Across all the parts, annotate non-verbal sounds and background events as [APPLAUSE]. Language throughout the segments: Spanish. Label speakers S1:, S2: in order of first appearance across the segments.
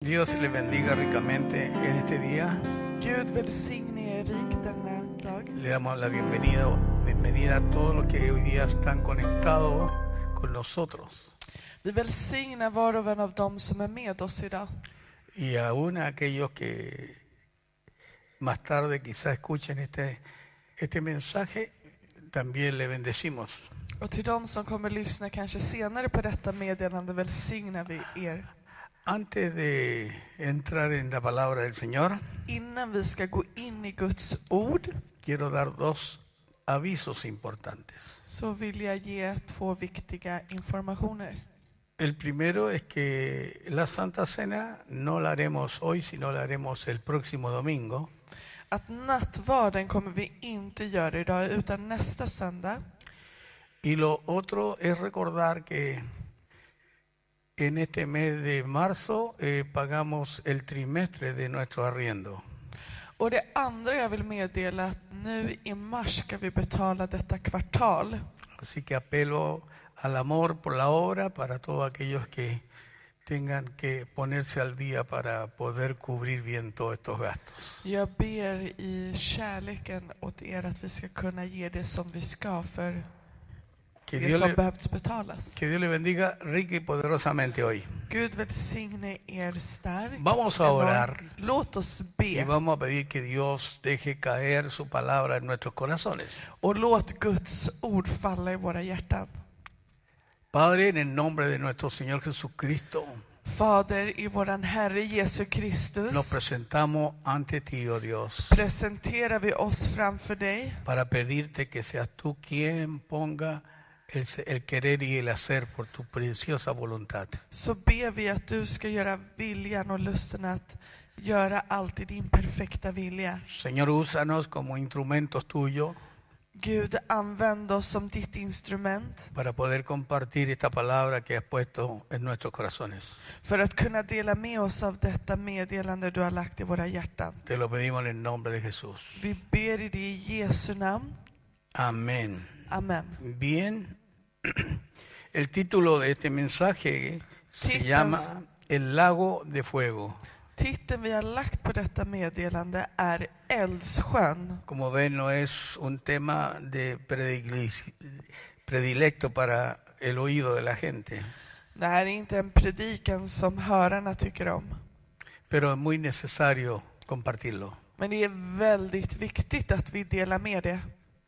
S1: Dios le bendiga ricamente en este día.
S2: Gud välsigne er rikt denna dag.
S1: Le damos la bienvenida, bienvenida a todos los que hoy día están conectados con nosotros
S2: Vi välsignar var och en av dem som är med oss idag.
S1: y aún a aquellos que más tarde quizá escuchen este, este mensaje, también le bendecimos.
S2: Och till de som kommer lyssna kanske senare på detta meddelande välsignar vi er.
S1: Antes de entrar en la palabra del Señor,
S2: Innan vi ska gå in i Guds ord
S1: quiero dar dos avisos importantes.
S2: så vill jag ge två viktiga informationer.
S1: El primero es que la Santa Cena no la haremos hoy, sino la haremos el próximo domingo.
S2: Att nattvarden kommer vi inte göra idag utan nästa söndag.
S1: Y lo otro es recordar que en este mes de marzo eh, pagamos el trimestre de nuestro arriendo.
S2: Och det andra jag vill meddela är att nu i mars ska vi betala detta kvartal.
S1: Así que apelo al amor por la obra para todos aquellos que tengan que ponerse al día para poder cubrir bien todos estos gastos.
S2: Jag ber i kärleken åt er att vi ska kunna ge det som vi ska för
S1: Que
S2: det
S1: Dios,
S2: som
S1: le,
S2: behövs betalas.
S1: que Dios le bendiga rica y poderosamente hoy.
S2: Gud välsigne er stark.
S1: Vamos a orar
S2: Låt oss
S1: y
S2: be
S1: vamos a pedir que Dios deje caer su palabra en nuestros corazones.
S2: och låt Guds ord falla i våra hjärtan.
S1: Padre, en el nombre de nuestro Señor Jesucristo,
S2: Fader, i våran Herre Jesu
S1: nos
S2: Kristus
S1: presentamos ante ti, oh Dios,
S2: presenterar vi oss framför dig
S1: para pedirte que seas tú quien ponga el, se- el querer y el hacer por tu preciosa voluntad.
S2: så ber vi att du ska göra viljan och lusten att göra allt i din perfekta vilja.
S1: Señor, úsanos como instrumentos tuyos
S2: Gud, använd oss som ditt instrument
S1: para poder compartir esta palabra que has puesto en nuestros corazones.
S2: för att kunna dela med oss av detta meddelande du har lagt i våra hjärtan.
S1: Te lo pedimos en el nombre de Jesús.
S2: Vi ber i det i Jesu namn.
S1: Amén.
S2: Amen.
S1: Bien, [CLEARS THROAT] el título de este mensaje se
S2: Chicas.
S1: llama El lago de fuego.
S2: Titeln vi har lagt på detta meddelande är Eldsjön.
S1: Como ven, no es un tema de predilis- predilecto para el oído de la gente,
S2: Det här är inte en predikan som hörarna tycker om.
S1: pero es muy necesario compartirlo.
S2: Men det är väldigt viktigt att vi delar med det.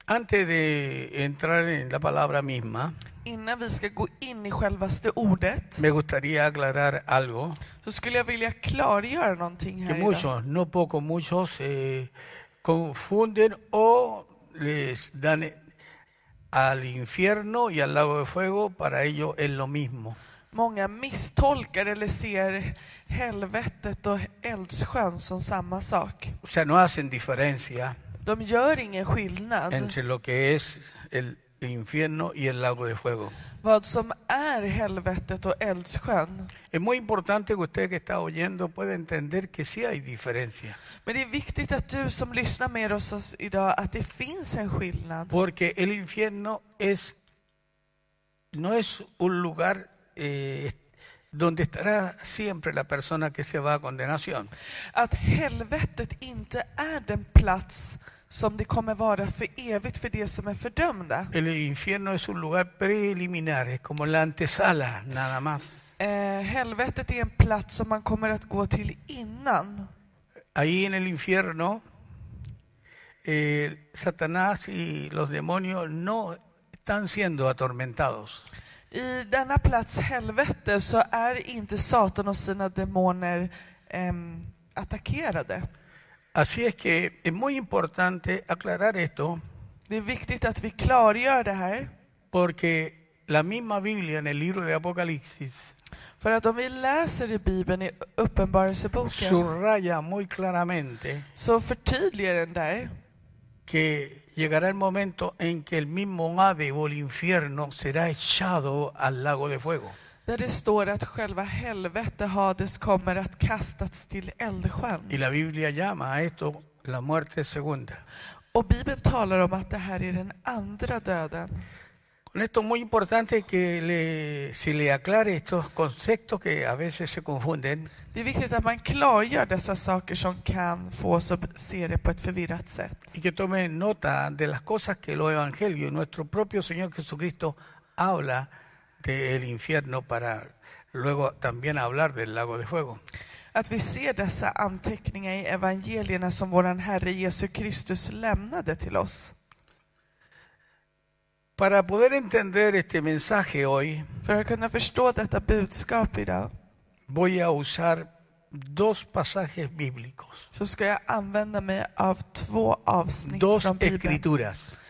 S1: Antes de entrar en la palabra misma,
S2: Innan vi ska gå in i självaste ordet
S1: me gustaría aclarar algo
S2: så skulle jag vilja klargöra någonting
S1: que
S2: här idag.
S1: muchos, no poco, muchos eh, confunden o les dan eh, al infierno y al lago de fuego, para ellos es lo mismo.
S2: Många misstolkar eller ser helvetet och eldsjön som samma sak.
S1: O sea, no hacen diferencia
S2: De gör ingen skillnad
S1: entre lo que es el infierno y el lago de fuego.
S2: vad som är helvetet och eldsjön.
S1: Es muy importante que usted que está oyendo pueda entender que sí hay diferencia,
S2: Men det är viktigt att du som lyssnar med oss oss idag, att det finns en skillnad.
S1: porque el infierno es no es un lugar eh, donde estará siempre la persona que se va a condenación,
S2: Att helvetet inte är den plats som det kommer vara för evigt för de som är fördömda.
S1: El infierno es un lugar preliminar, es como la antesala, nada más.
S2: Eh, helvetet är en plats som man kommer att gå till innan.
S1: Ahí en el infierno, eh, Satanás y los demonios no están siendo atormentados.
S2: I denna plats, helvete, så är inte Satan och sina demoner ehm, attackerade.
S1: Así es que es muy importante aclarar esto,
S2: Det är viktigt att vi klargör det här.
S1: porque la misma Biblia en el libro de Apocalipsis
S2: För att om vi läser i Bibeln i Uppenbarelseboken
S1: subraya muy claramente
S2: så förtydligar den där
S1: que llegará el momento en que el mismo ave o el infierno será echado al lago de fuego.
S2: där det står att själva helvete, Hades, kommer att kastas till
S1: Y
S2: eldsjön.
S1: la Biblia llama a esto la muerte segunda.
S2: Och Bibeln talar om att det här är den andra döden.
S1: Con esto es muy importante que le, se le aclare estos conceptos que a veces se confunden.
S2: Det är viktigt att man klargör dessa saker som kan få oss att se det på ett förvirrat sätt.
S1: y que tome nota de las cosas que los evangelios y nuestro propio Señor Jesucristo habla del infierno para luego también hablar del lago de fuego.
S2: Att vi ser dessa anteckningar i evangelierna som vår Herre Jesu Kristus lämnade till oss.
S1: Para poder entender este mensaje hoy,
S2: För att kunna förstå detta budskap idag
S1: voy a usar dos pasajes bíblicos,
S2: så ska jag använda mig av två avsnitt
S1: dos
S2: från Bibeln.
S1: escrituras.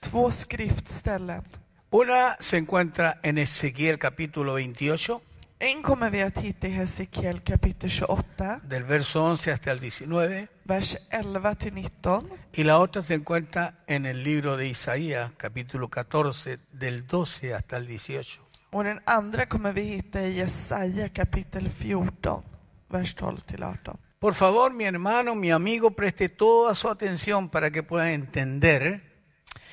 S2: Två skriftställen.
S1: Una se encuentra en Ezequiel capítulo 28,
S2: En kommer vi att hitta i Hesekiel kapitel 28,
S1: del verso 11 hasta el 19,
S2: vers 11 till 19.
S1: Y la otra se encuentra en el libro de Isaías, capítulo 14, del 12 hasta el 18.
S2: Och den andra kommer vi hitta i Jesaja kapitel 14, vers 12 till 18.
S1: Por favor, mi hermano, mi amigo, preste toda su atención para que pueda entender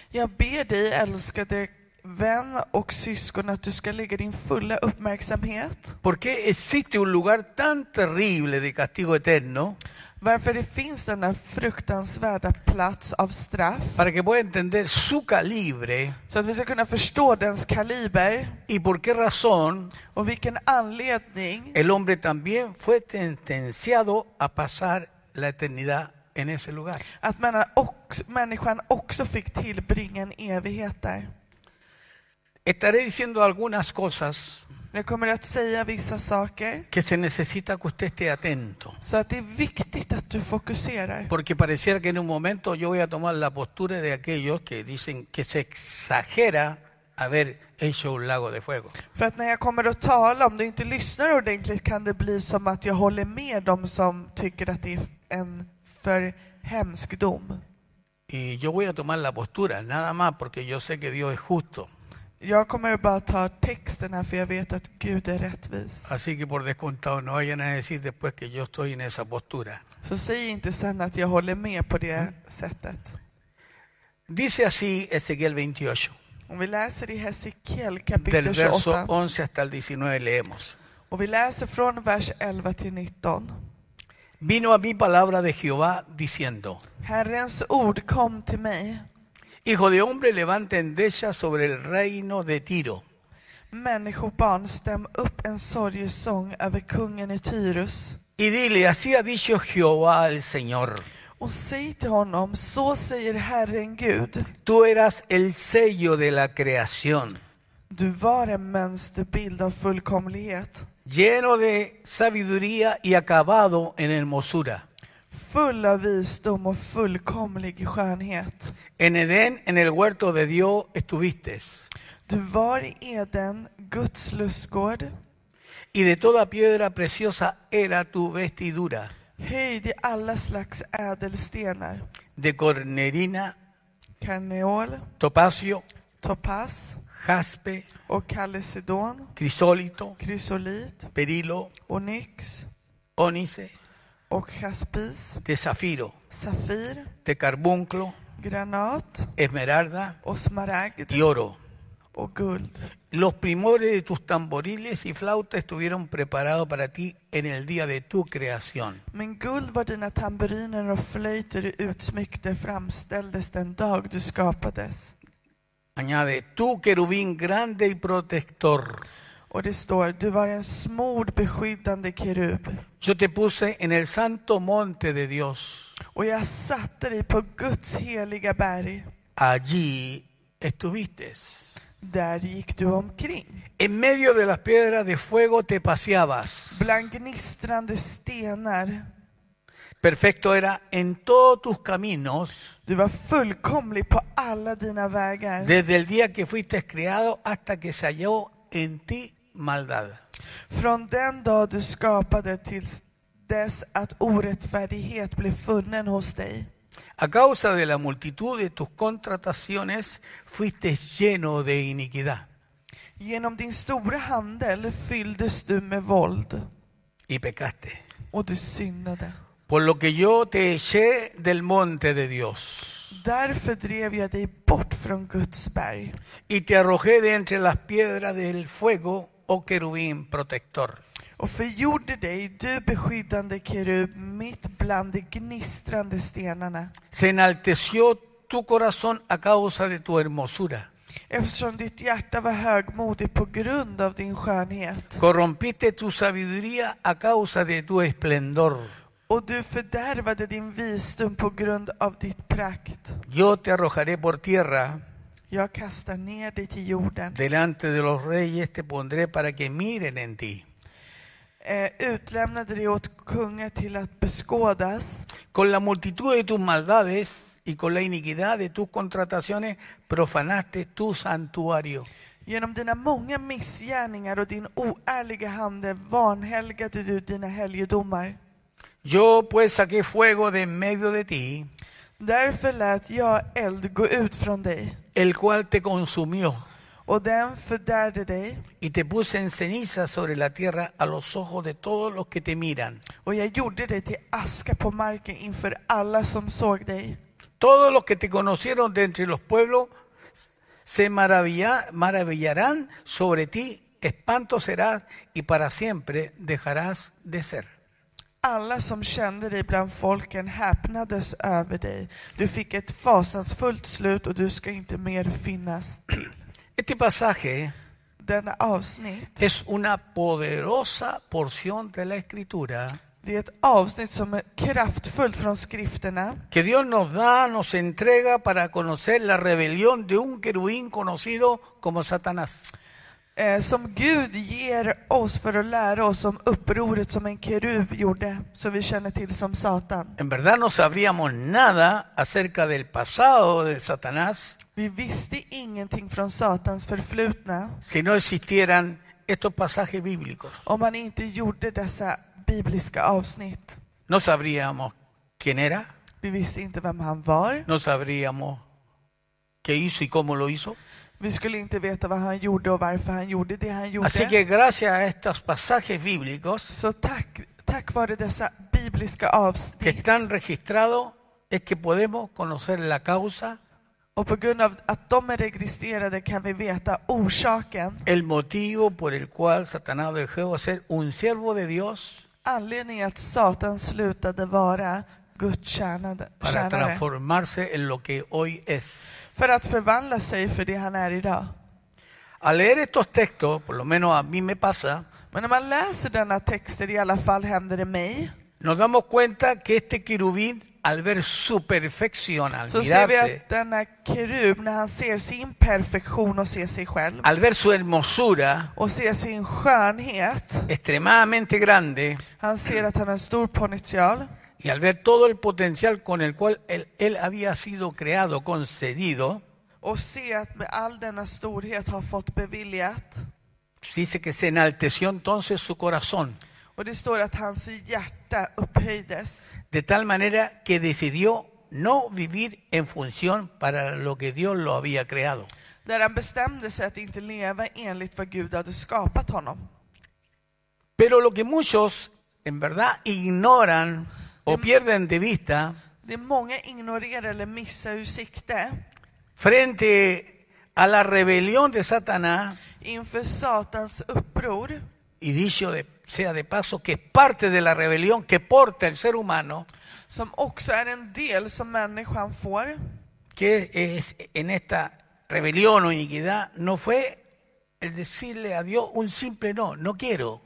S2: Jag ber dig älskade vän och syskon att du ska lägga din fulla uppmärksamhet.
S1: por qué existe un lugar tan terrible de castigo eterno,
S2: Varför det finns denna fruktansvärda plats av straff.
S1: para que pueda entender su calibre
S2: Så att vi ska kunna förstå dens kaliber
S1: y por qué razón
S2: och vilken anledning
S1: el hombre también fue sentenciado a pasar la eternidad en ese lugar.
S2: att männa- och, människan också fick tillbringa en evighet där.
S1: Estaré diciendo algunas cosas
S2: Jag kommer att säga vissa saker
S1: que se necesita que usted esté atento.
S2: så att det är viktigt att du fokuserar.
S1: Porque pareciera que en un momento yo voy a tomar la postura de aquellos que dicen que se exagera haber hecho un lago de fuego.
S2: För att när jag kommer att tala, om du inte lyssnar ordentligt kan det bli som att jag håller med dem som tycker att det är en för hemskdom.
S1: Y yo voy a tomar la postura, nada más, porque yo sé que Dios es justo.
S2: Jag kommer att bara ta texten här för jag vet att Gud är rättvis.
S1: Así que por descontado no vayan a decir después que yo estoy en esa postura.
S2: Så säg inte sen att jag håller med på det sättet.
S1: Dice así Ezequiel 28,
S2: Om vi läser i Hesekiel
S1: del
S2: kapitel
S1: verso
S2: 28
S1: 11 hasta el 19 leemos.
S2: och vi läser från vers 11 till 19.
S1: Vino a mí palabra de Jehová diciendo,
S2: Herrens ord kom till mig.
S1: Hijo de hombre, levanta endecha sobre el reino de Tiro.
S2: Människobarn, stäm upp en sorgesång över kungen i Tyrus.
S1: Y dile, así ha dicho Jehová el Señor.
S2: Och säg till honom, så säger Herren Gud,
S1: Tú eras el sello de la creación,
S2: du var en mönsterbild av fullkomlighet,
S1: lleno de sabiduría y acabado en hermosura.
S2: full av visdom och fullkomlig i skönhet.
S1: En Edén, en el huerto de Dios, estuviste.
S2: Du var i Eden, Guds lustgård,
S1: Y de toda piedra preciosa era tu vestidura,
S2: höjd i alla slags ädelstenar,
S1: de cornerina,
S2: karneol,
S1: topacio,
S2: topas
S1: jaspe,
S2: och kalcidon,
S1: crisólito,
S2: krysolit,
S1: perilo,
S2: onyx
S1: ónice,
S2: och jaspis,
S1: de zafiro,
S2: safir,
S1: de carbunclo,
S2: granat
S1: esmeralda
S2: och smaragd
S1: y oro.
S2: och guld.
S1: Los primores de tus tamboriles y flautas estuvieron preparados para ti en el día de tu creación.
S2: Men guld var dina tamburiner och flöjter utsmyckte framställdes den dag du skapades.
S1: Añade, tú querubín grande y protector.
S2: Och det står, du var en smord beskyddande kerub.
S1: Yo te puse en el santo monte de Dios.
S2: Och jag satte dig på Guds heliga berg.
S1: Allí estuviste.
S2: Där gick du omkring.
S1: En medio de las piedras de fuego te paseabas.
S2: Bland gnistrande stenar.
S1: Perfecto era en todos tus caminos,
S2: Du var fullkomlig på alla dina vägar.
S1: desde el día que fuiste creado hasta que se halló en ti maldad.
S2: Från den dag du skapade tills dess att orättfärdighet blev funnen hos dig.
S1: A causa de la multitud de tus contrataciones fuiste lleno de iniquidad
S2: Genom din stora handel fylldes du med våld
S1: y pecaste.
S2: och du syndade.
S1: Por lo que yo te eché del monte de Dios.
S2: Därför drev jag dig bort från Guds berg
S1: y te arrojé de entre las piedras del fuego, oh querubín protector.
S2: och förgjorde dig, du beskyddande kerub, mitt bland de gnistrande stenarna.
S1: Se enalteció tu corazón a causa de tu hermosura.
S2: Eftersom ditt hjärta var högmodigt på grund av din skönhet
S1: Corrompiste tu sabiduría a causa de tu esplendor.
S2: och du fördärvade din visdom på grund av ditt prakt.
S1: Yo te arrojaré por tierra,
S2: Jag kastar ner dig till jorden.
S1: delante de los reyes te pondré para que miren en ti.
S2: Eh, utlämnade dig åt kungar till att beskådas.
S1: Con la multitud de tus maldades y con la iniquidad de tus contrataciones profanaste tu santuario.
S2: Genom dina många missgärningar och din oärliga handel vanhelgade du dina helgedomar.
S1: Yo pues saqué fuego de en medio de ti,
S2: Därför lät jag eld gå ut från dig,
S1: el cual te consumió,
S2: och den fördärvde dig,
S1: y te puse en ceniza sobre la tierra a los ojos de todos los que te miran.
S2: och jag gjorde dig till aska på marken inför alla som såg dig.
S1: Todos los que te conocieron de entre los pueblos se maravilla- maravillarán sobre ti, espanto serás y para siempre dejarás de ser.
S2: Alla som kände dig bland folken häpnades över dig. Du fick ett fasansfullt slut och du ska inte mer finnas.
S1: Este pasaje
S2: Denna avsnitt
S1: es una poderosa porción de la escritura
S2: Det är ett avsnitt som är kraftfullt från skrifterna
S1: que Dios nos da, nos entrega para conocer la rebelión de un querubín conocido como Satanás.
S2: eh, som Gud ger oss för att lära oss om upproret som en kerub gjorde, som vi känner till som Satan.
S1: En verdad no sabríamos nada acerca del pasado de Satanás
S2: Vi visste ingenting från Satans förflutna
S1: si no existieran estos pasajes bíblicos.
S2: om han inte gjorde dessa bibliska avsnitt.
S1: No sabríamos quién era,
S2: Vi visste inte vem han var.
S1: no sabríamos qué hizo y cómo lo hizo.
S2: Vi skulle inte veta vad han gjorde och varför han gjorde det han
S1: Así
S2: gjorde.
S1: que gracias a estos pasajes bíblicos
S2: Så tack, tack vare dessa bibliska
S1: que
S2: avsnitt
S1: están registrados es que podemos conocer la causa,
S2: och på grund av att de är registrerade kan vi veta orsaken
S1: el motivo por el cual Satanás dejó de ser un siervo de Dios
S2: Anledningen är att Satan slutade vara Guds tjänade-
S1: para
S2: tjänare
S1: transformarse en lo que hoy es.
S2: för att förvandla sig för det han är idag.
S1: Al leer estos textos, por lo menos a mí me pasa,
S2: Men när man läser denna texter, i alla fall händer det mig,
S1: nos damos cuenta que este querubín, al ver su perfección, al
S2: så ser vi
S1: mirarse,
S2: att denna kerub, när han ser sin perfektion och ser sig själv
S1: al ver su hermosura
S2: och ser sin skönhet,
S1: extremadamente grande
S2: han ser att han har en stor potential
S1: y al ver todo el potencial con el cual él, él había sido creado, concedido,
S2: och ser att med all denna storhet har fått beviljat.
S1: dice que se enalteció entonces su corazón,
S2: Och det står att hans hjärta upphöjdes.
S1: de tal manera que decidió no vivir en función para lo que Dios lo había creado.
S2: Där han bestämde sig att inte leva enligt vad Gud hade skapat honom.
S1: Pero lo que muchos en verdad ignoran o pierden de vista
S2: Det många ignorerar eller missar ur sikte
S1: frente a la rebelión de Satanás,
S2: inför Satans uppror.
S1: y dicho de- sea de paso que es parte de la rebelión que porta el ser humano,
S2: Som också är en del som människan får.
S1: que es en esta rebelión o iniquidad, no fue el decirle a Dios un simple no, no quiero,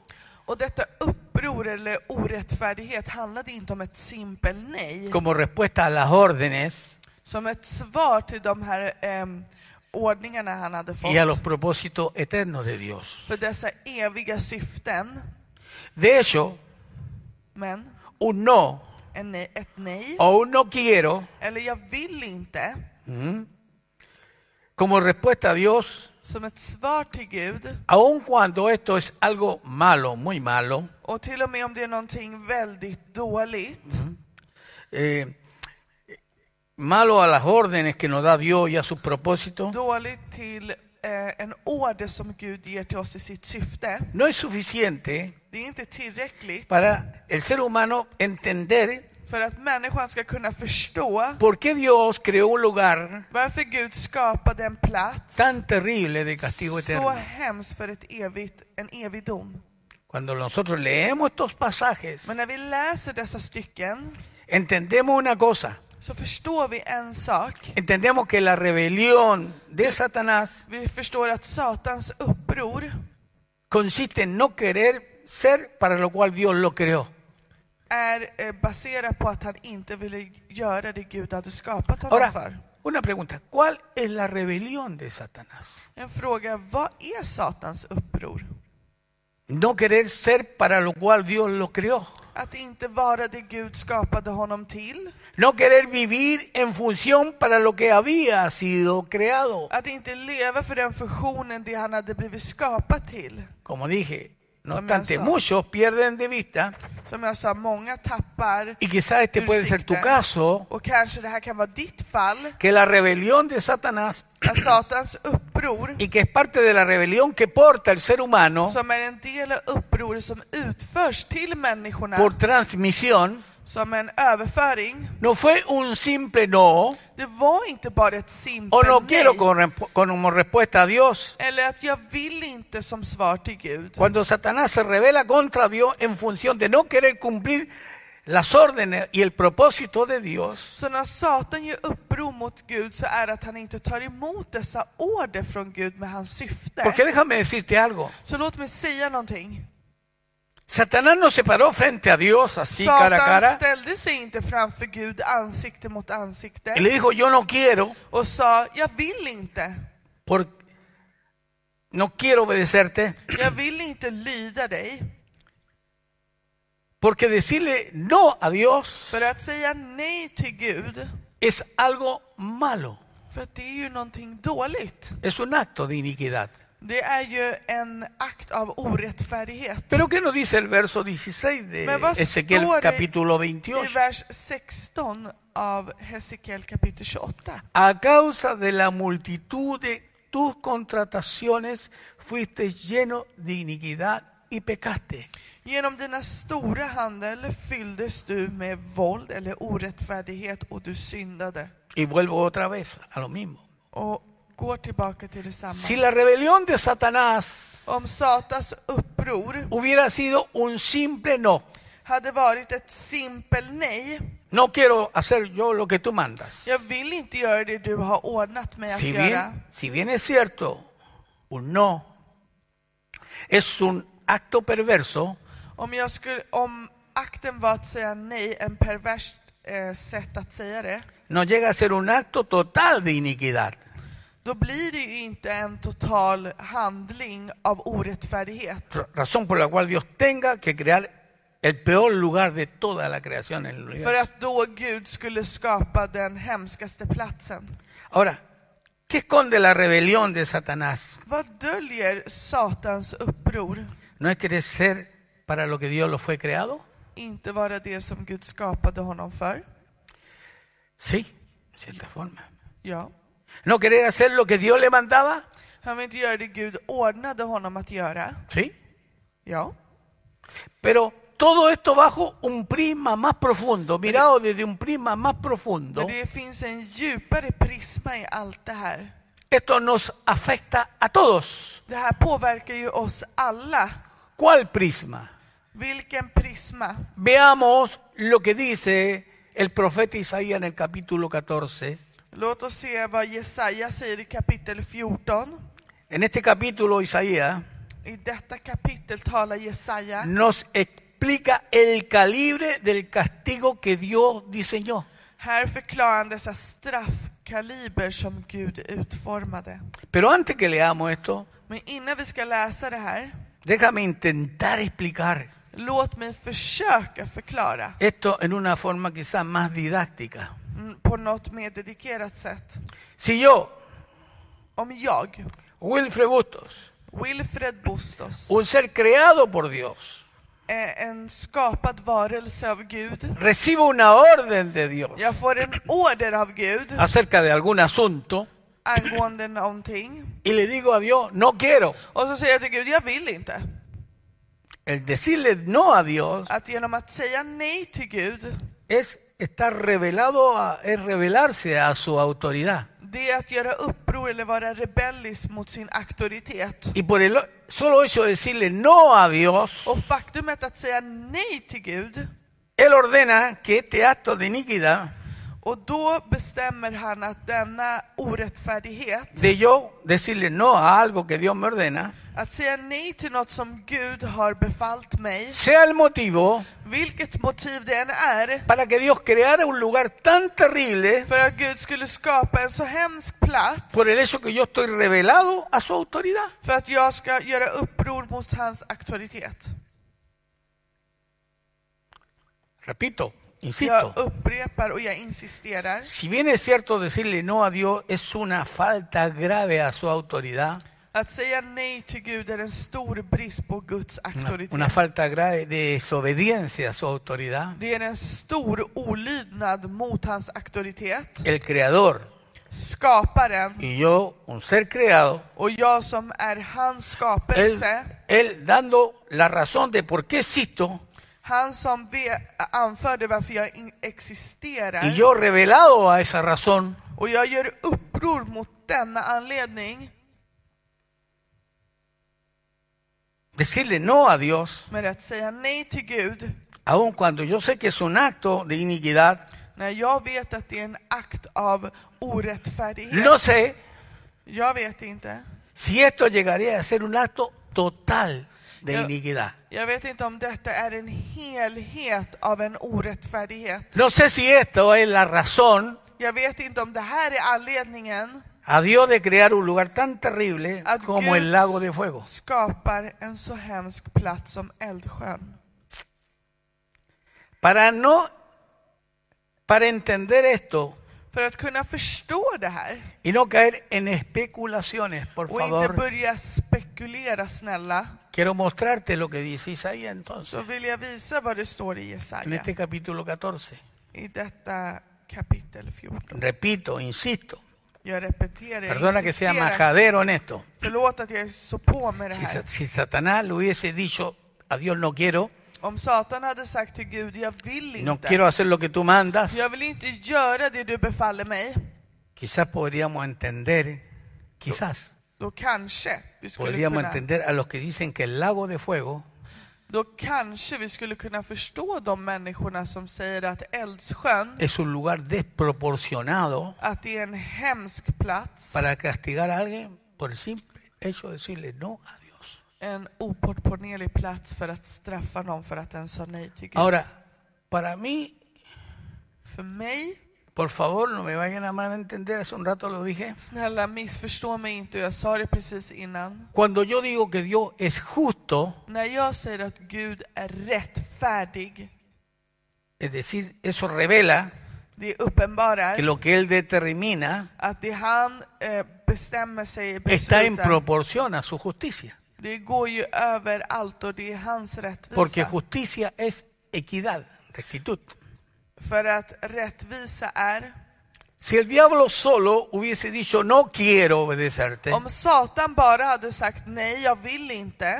S2: Och detta uppror eller orättfärdighet handlade inte om ett simpel nej.
S1: como respuesta a las órdenes
S2: Som ett svar till de här ehm, ordningarna han hade
S1: y a los
S2: fått.
S1: propósitos eternos de Dios.
S2: För dessa eviga syften.
S1: De hecho,
S2: Men
S1: un no
S2: en nej, ett nej.
S1: o un no quiero,
S2: Eller jag vill inte.
S1: como respuesta a Dios,
S2: som ett svar till Gud.
S1: aun cuando esto es algo malo, muy malo,
S2: Och till och med om det är någonting väldigt dåligt,
S1: eh, malo a las órdenes que nos da Dios y a sus propósitos,
S2: dåligt till eh, en order som Gud ger till oss i sitt syfte.
S1: no es suficiente
S2: Det är inte tillräckligt
S1: para el ser humano entender
S2: För att människan ska kunna förstå
S1: por qué Dios creó un lugar
S2: varför Gud skapade en plats
S1: tan terrible de castigo
S2: så
S1: eterno.
S2: hemskt för ett evigt, en evig dom.
S1: Cuando nosotros leemos estos pasajes,
S2: Men när vi läser dessa stycken
S1: entendemos una cosa.
S2: så förstår vi en sak.
S1: Entendemos que la rebelión de Satanás
S2: Vi förstår att Satans uppror
S1: consiste en no querer ser para lo cual Dios lo creó.
S2: är eh, baserat på att han inte ville göra det Gud hade skapat honom för.
S1: Ahora, una pregunta. ¿Cuál es la rebelión de Satanás?
S2: En fråga, vad är Satans uppror?
S1: No querer ser para lo cual Dios lo creó.
S2: Att inte vara det Gud skapade honom till.
S1: No querer vivir en función para lo que había sido creado.
S2: Att inte leva för den funktionen det han hade blivit skapad till.
S1: Como dije, no
S2: También
S1: obstante,
S2: son.
S1: muchos pierden de vista,
S2: Som jag sa, många tappar
S1: y quizás este
S2: ur
S1: puede ser tu
S2: sikte.
S1: caso,
S2: Och kanske det här kan vara ditt fall.
S1: que la rebelión de Satanás,
S2: Att Satans uppror,
S1: y que es parte de la rebelión que porta el ser humano
S2: som är en del av upproret som utförs till människorna,
S1: por transmisión,
S2: som en överföring.
S1: no fue un simple no,
S2: Det var inte bara ett
S1: o
S2: simpelt
S1: no quiero
S2: nej.
S1: con rep- como respuesta a Dios.
S2: Eller att jag vill inte som svar till Gud.
S1: Cuando Satanás se revela contra Dios en función de no querer cumplir las órdenes y el propósito de Dios,
S2: Så när Satan gör uppror mot Gud så är det att han inte tar emot dessa order från Gud med hans syfte.
S1: porque déjame decirte algo,
S2: Så låt mig säga någonting.
S1: Satanás no se paró frente a Dios así cara a
S2: Satan
S1: cara
S2: ställde sig inte framför Gud ansikte mot
S1: y
S2: ansikte
S1: le dijo, yo no quiero,
S2: och sa jag vill inte.
S1: por- no quiero obedecerte,
S2: Jag vill inte lyda dig.
S1: porque decirle no a Dios
S2: För att säga nej till Gud,
S1: es algo malo,
S2: för att det är ju någonting dåligt.
S1: es un acto de iniquidad.
S2: Det är ju en akt av orättfärdighet.
S1: Pero ¿qué nos dice el verso 16 de
S2: Me vas
S1: Ezequiel
S2: tú, Ari-
S1: capítulo
S2: I
S1: 28?
S2: vers 16 av Hesekiel kapitel 28.
S1: A causa de la multitud de tus contrataciones fuiste lleno de iniquidad y pecaste.
S2: Genom dina stora handel fylldes du med våld eller orättfärdighet och du syndade.
S1: Y vuelvo otra vez a lo mismo.
S2: Och går tillbaka till detsamma.
S1: Si la rebelión de Satanás
S2: Om Satans uppror
S1: hubiera sido un simple no,
S2: hade varit ett simpel nej,
S1: no quiero hacer yo lo que tú mandas.
S2: jag vill inte göra det du har ordnat mig att
S1: Si
S2: göra.
S1: bien, si bien es cierto, un no es un acto perverso,
S2: Om, jag skulle, om akten var att säga nej, en perverst eh, sätt att säga det,
S1: no llega a ser un acto total de iniquidad.
S2: då blir det ju inte en total handling av orättfärdighet.
S1: Ra- razón por la cual Dios tenga que crear el peor lugar de toda la creación en el
S2: För
S1: universo.
S2: att då Gud skulle skapa den hemskaste platsen.
S1: Ahora, ¿qué esconde la rebelión de Satanás?
S2: Vad döljer Satans uppror?
S1: ¿No es querer ser para lo que Dios lo fue creado?
S2: Inte vara det som Gud skapade honom för?
S1: Sí, en cierta forma.
S2: Ja.
S1: ¿No querer hacer lo que Dios le mandaba?
S2: Han vill inte göra det Gud ordnade honom att göra?
S1: Sí.
S2: Ja.
S1: Pero todo esto bajo un prisma más profundo, mirado desde un prisma más profundo,
S2: Men det finns en djupare prisma i allt det här.
S1: esto nos afecta a todos.
S2: Det här påverkar ju oss alla.
S1: ¿Cuál prisma?
S2: Vilken prisma?
S1: Veamos lo que dice el profeta Isaías en el capítulo 14.
S2: Låt oss se vad Jesaja säger i kapitel 14.
S1: En este capítulo Isaías
S2: I detta kapitel talar Jesaja
S1: nos explica el calibre del castigo que Dios diseñó.
S2: Här förklarar han dessa straffkaliber som Gud utformade.
S1: Pero antes que leamos esto,
S2: Men innan vi ska läsa det här,
S1: déjame intentar explicar
S2: låt mig försöka förklara
S1: esto en una forma quizás más didáctica.
S2: mm, på något mer dedikerat sätt.
S1: Si yo,
S2: Om jag,
S1: Wilfred Bustos,
S2: Wilfred Bustos,
S1: un ser creado por Dios,
S2: är en skapad varelse av Gud,
S1: recibo una orden de Dios
S2: jag får en order av Gud
S1: acerca de algún asunto
S2: angående någonting,
S1: y le digo a Dios, no quiero.
S2: och så säger jag till Gud, jag vill inte.
S1: El decirle no a Dios
S2: Att genom att säga nej till Gud,
S1: es estar revelado, a- es revelarse a su autoridad.
S2: Det är att göra uppror eller vara rebellisk mot sin auktoritet.
S1: Y por el o- solo hecho de decirle no a Dios,
S2: Och faktumet att säga nej till Gud,
S1: Él ordena que este acto de iniquidad,
S2: och då bestämmer han att denna orättfärdighet,
S1: de yo decirle no a algo que Dios me ordena,
S2: att säga nej till något som Gud har befallt mig,
S1: sea el motivo
S2: vilket motiv det än är,
S1: para que Dios creara un lugar tan terrible
S2: för att Gud skulle skapa en så hemsk plats
S1: por el hecho que yo estoy revelado a su autoridad.
S2: för att jag ska göra uppror mot hans auktoritet.
S1: Repito, insisto,
S2: Jag upprepar och jag insisterar.
S1: si bien es cierto decirle no a Dios es una falta grave a su autoridad,
S2: Att säga nej till Gud är en stor brist på Guds
S1: una,
S2: auktoritet.
S1: una falta grave de desobediencia a su autoridad,
S2: Det är en stor olydnad mot hans auktoritet.
S1: el creador
S2: Skaparen
S1: y yo, un ser creado,
S2: och jag som är hans
S1: él,
S2: skapelse,
S1: él dando la razón de por qué existo
S2: han som ve- anförde varför jag in-
S1: y
S2: existerar.
S1: yo revelado a esa razón,
S2: Och jag gör uppror mot denna anledning
S1: decirle no a Dios,
S2: med att säga nej till Gud
S1: aun cuando yo sé que es un acto de iniquidad,
S2: när jag vet att det är en akt av orättfärdighet.
S1: no sé
S2: Jag vet inte.
S1: si esto llegaría a ser un acto total de
S2: Yo-
S1: iniquidad.
S2: Jag vet inte om detta är en helhet av en orättfärdighet.
S1: No sé si esto es la razón
S2: Jag vet inte om det här är anledningen
S1: a Dios de crear un lugar tan terrible
S2: att
S1: como el lago de fuego.
S2: Gud skapar en så hemsk plats som Eldsjön.
S1: Para no, para entender esto
S2: För att kunna förstå det här
S1: y no caer en especulaciones, por
S2: och inte
S1: favor,
S2: börja spekulera snälla,
S1: quiero mostrarte lo que dice Isaías entonces,
S2: så vill jag visa vad det står i
S1: en
S2: Jesaja
S1: este capítulo 14.
S2: i detta kapitel 14.
S1: Repito, insisto,
S2: Jag repeterar, jag
S1: perdona que sea
S2: insisterar.
S1: majadero en esto.
S2: Förlåt att jag är så på med det
S1: Si,
S2: här.
S1: sa- si Satanás le hubiese dicho a Dios no quiero,
S2: Om Satan hade sagt till Gud, jag vill
S1: no
S2: inte.
S1: quiero hacer lo que tú mandas,
S2: Jag vill inte göra det du befaller mig.
S1: quizás podríamos entender, quizás
S2: Då kanske vi skulle
S1: podríamos
S2: kunna,
S1: entender a los que dicen que el lago de fuego
S2: då kanske vi skulle kunna förstå de människorna som säger att Eldsjön,
S1: es un lugar desproporcionado
S2: att det är en hemsk plats,
S1: para castigar a alguien por el simple hecho de decirle no a Dios.
S2: en oportponerlig plats för att straffa någon för att den sa nej till Gud.
S1: Ahora, para mí,
S2: För mig,
S1: por favor, no me vayan a mal entender, hace un rato lo dije,
S2: snälla missförstå mig inte, jag sa det precis innan.
S1: cuando yo digo que Dios es justo,
S2: När jag säger att Gud är rättfärdig,
S1: es decir, eso revela
S2: det
S1: que
S2: uppenbarar
S1: lo que Él determina
S2: att det han eh, bestämmer sig
S1: está en
S2: beslutar
S1: proporción a su justicia,
S2: Det går ju överallt och det är hans
S1: porque
S2: rättvisa.
S1: justicia es equidad, rectitud.
S2: För att rättvisa är,
S1: Si el diablo solo hubiese dicho no quiero obedecerte,
S2: om Satan bara hade sagt nej, jag vill inte,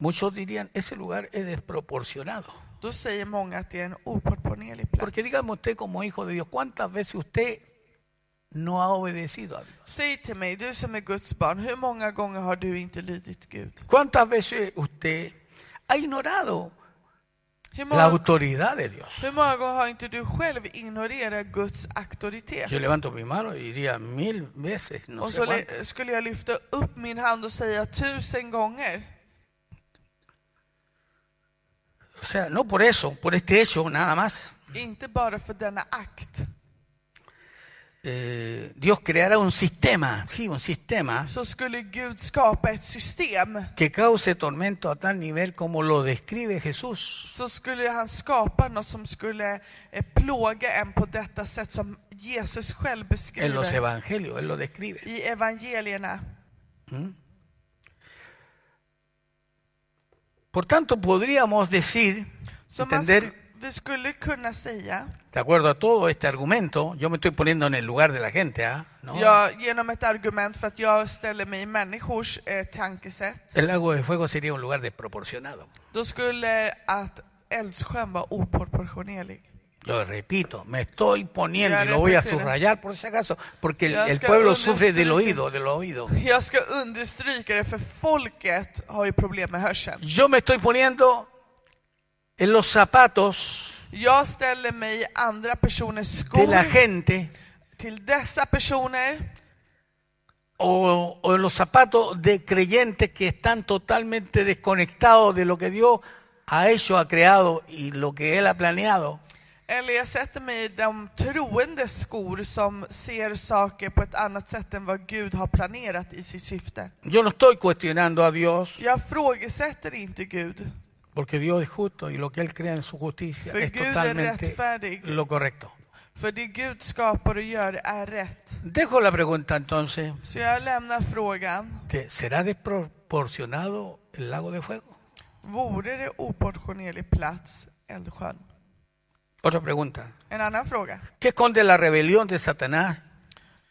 S1: muchos dirían ese lugar es desproporcionado.
S2: då säger många att det är en oproportionerlig plats.
S1: Porque dígame usted como hijo de Dios, ¿cuántas veces usted no ha obedecido a Dios?
S2: Säg till mig, du som är Guds barn, hur många gånger har du inte lydit Gud?
S1: ¿Cuántas veces usted ha ignorado
S2: Hur
S1: la
S2: många,
S1: autoridad de Dios?
S2: hur många gånger har inte du själv ignorerat Guds auktoritet?
S1: Yo levanto mi mano y diría mil veces, no
S2: Och
S1: sé
S2: så le-
S1: cuántas.
S2: skulle jag lyfta upp min hand och säga tusen gånger.
S1: O sea, no por eso, por este hecho nada más.
S2: Inte bara för denna akt.
S1: Eh, Dios creará un sistema, sí, un sistema
S2: så skulle Gud skapa ett system.
S1: que cause tormento a tal nivel como lo describe Jesús.
S2: Så skulle han skapa något som skulle eh, plåga en på detta sätt som Jesus själv
S1: En los
S2: beskriver
S1: evangelios, Él lo describe.
S2: i evangelierna.
S1: Por tanto, podríamos decir,
S2: Så man sk-
S1: entender
S2: vi skulle kunna säga,
S1: De acuerdo a todo este argumento, yo me estoy poniendo en el lugar de la gente, ¿ah? ¿no?
S2: ja, genom ett argument för att jag ställer mig i människors eh, tankesätt,
S1: El lago de fuego sería un lugar desproporcionado.
S2: då skulle att Eldsjön vara oproportionerlig.
S1: Lo repito, me estoy poniendo
S2: Ya
S1: y lo voy a
S2: repetí, ¿no?
S1: subrayar por si acaso, porque el,
S2: Ya
S1: el
S2: ska
S1: pueblo sufre del
S2: understryka.
S1: oído, del oído.
S2: Jag ska understryka det, för folket har ju problem med hörseln.
S1: Yo me estoy poniendo en los zapatos
S2: Jag ställer mig i andra personers
S1: de la
S2: skor
S1: gente
S2: till dessa personer
S1: o, o en los zapatos de creyentes que están totalmente desconectados de lo que Dios a ellos ha creado y lo que Él ha planeado.
S2: Eller jag sätter mig i de troendes skor som ser saker på ett annat sätt än vad Gud har planerat i sitt syfte.
S1: Yo no estoy cuestionando a Dios,
S2: Jag frågesätter inte Gud,
S1: porque Dios es justo y lo que Él crea en su justicia
S2: för
S1: es
S2: Gud är
S1: totalmente
S2: rättfärdig.
S1: lo correcto.
S2: För det Gud skapar och gör är rätt.
S1: Dejo la pregunta entonces,
S2: Så jag lämnar frågan,
S1: ¿te- ¿será desproporcionado el lago de fuego?
S2: vore det oportionerlig plats eldsjön?
S1: Otra pregunta.
S2: En annan fråga.
S1: ¿Qué esconde la rebelión de Satanás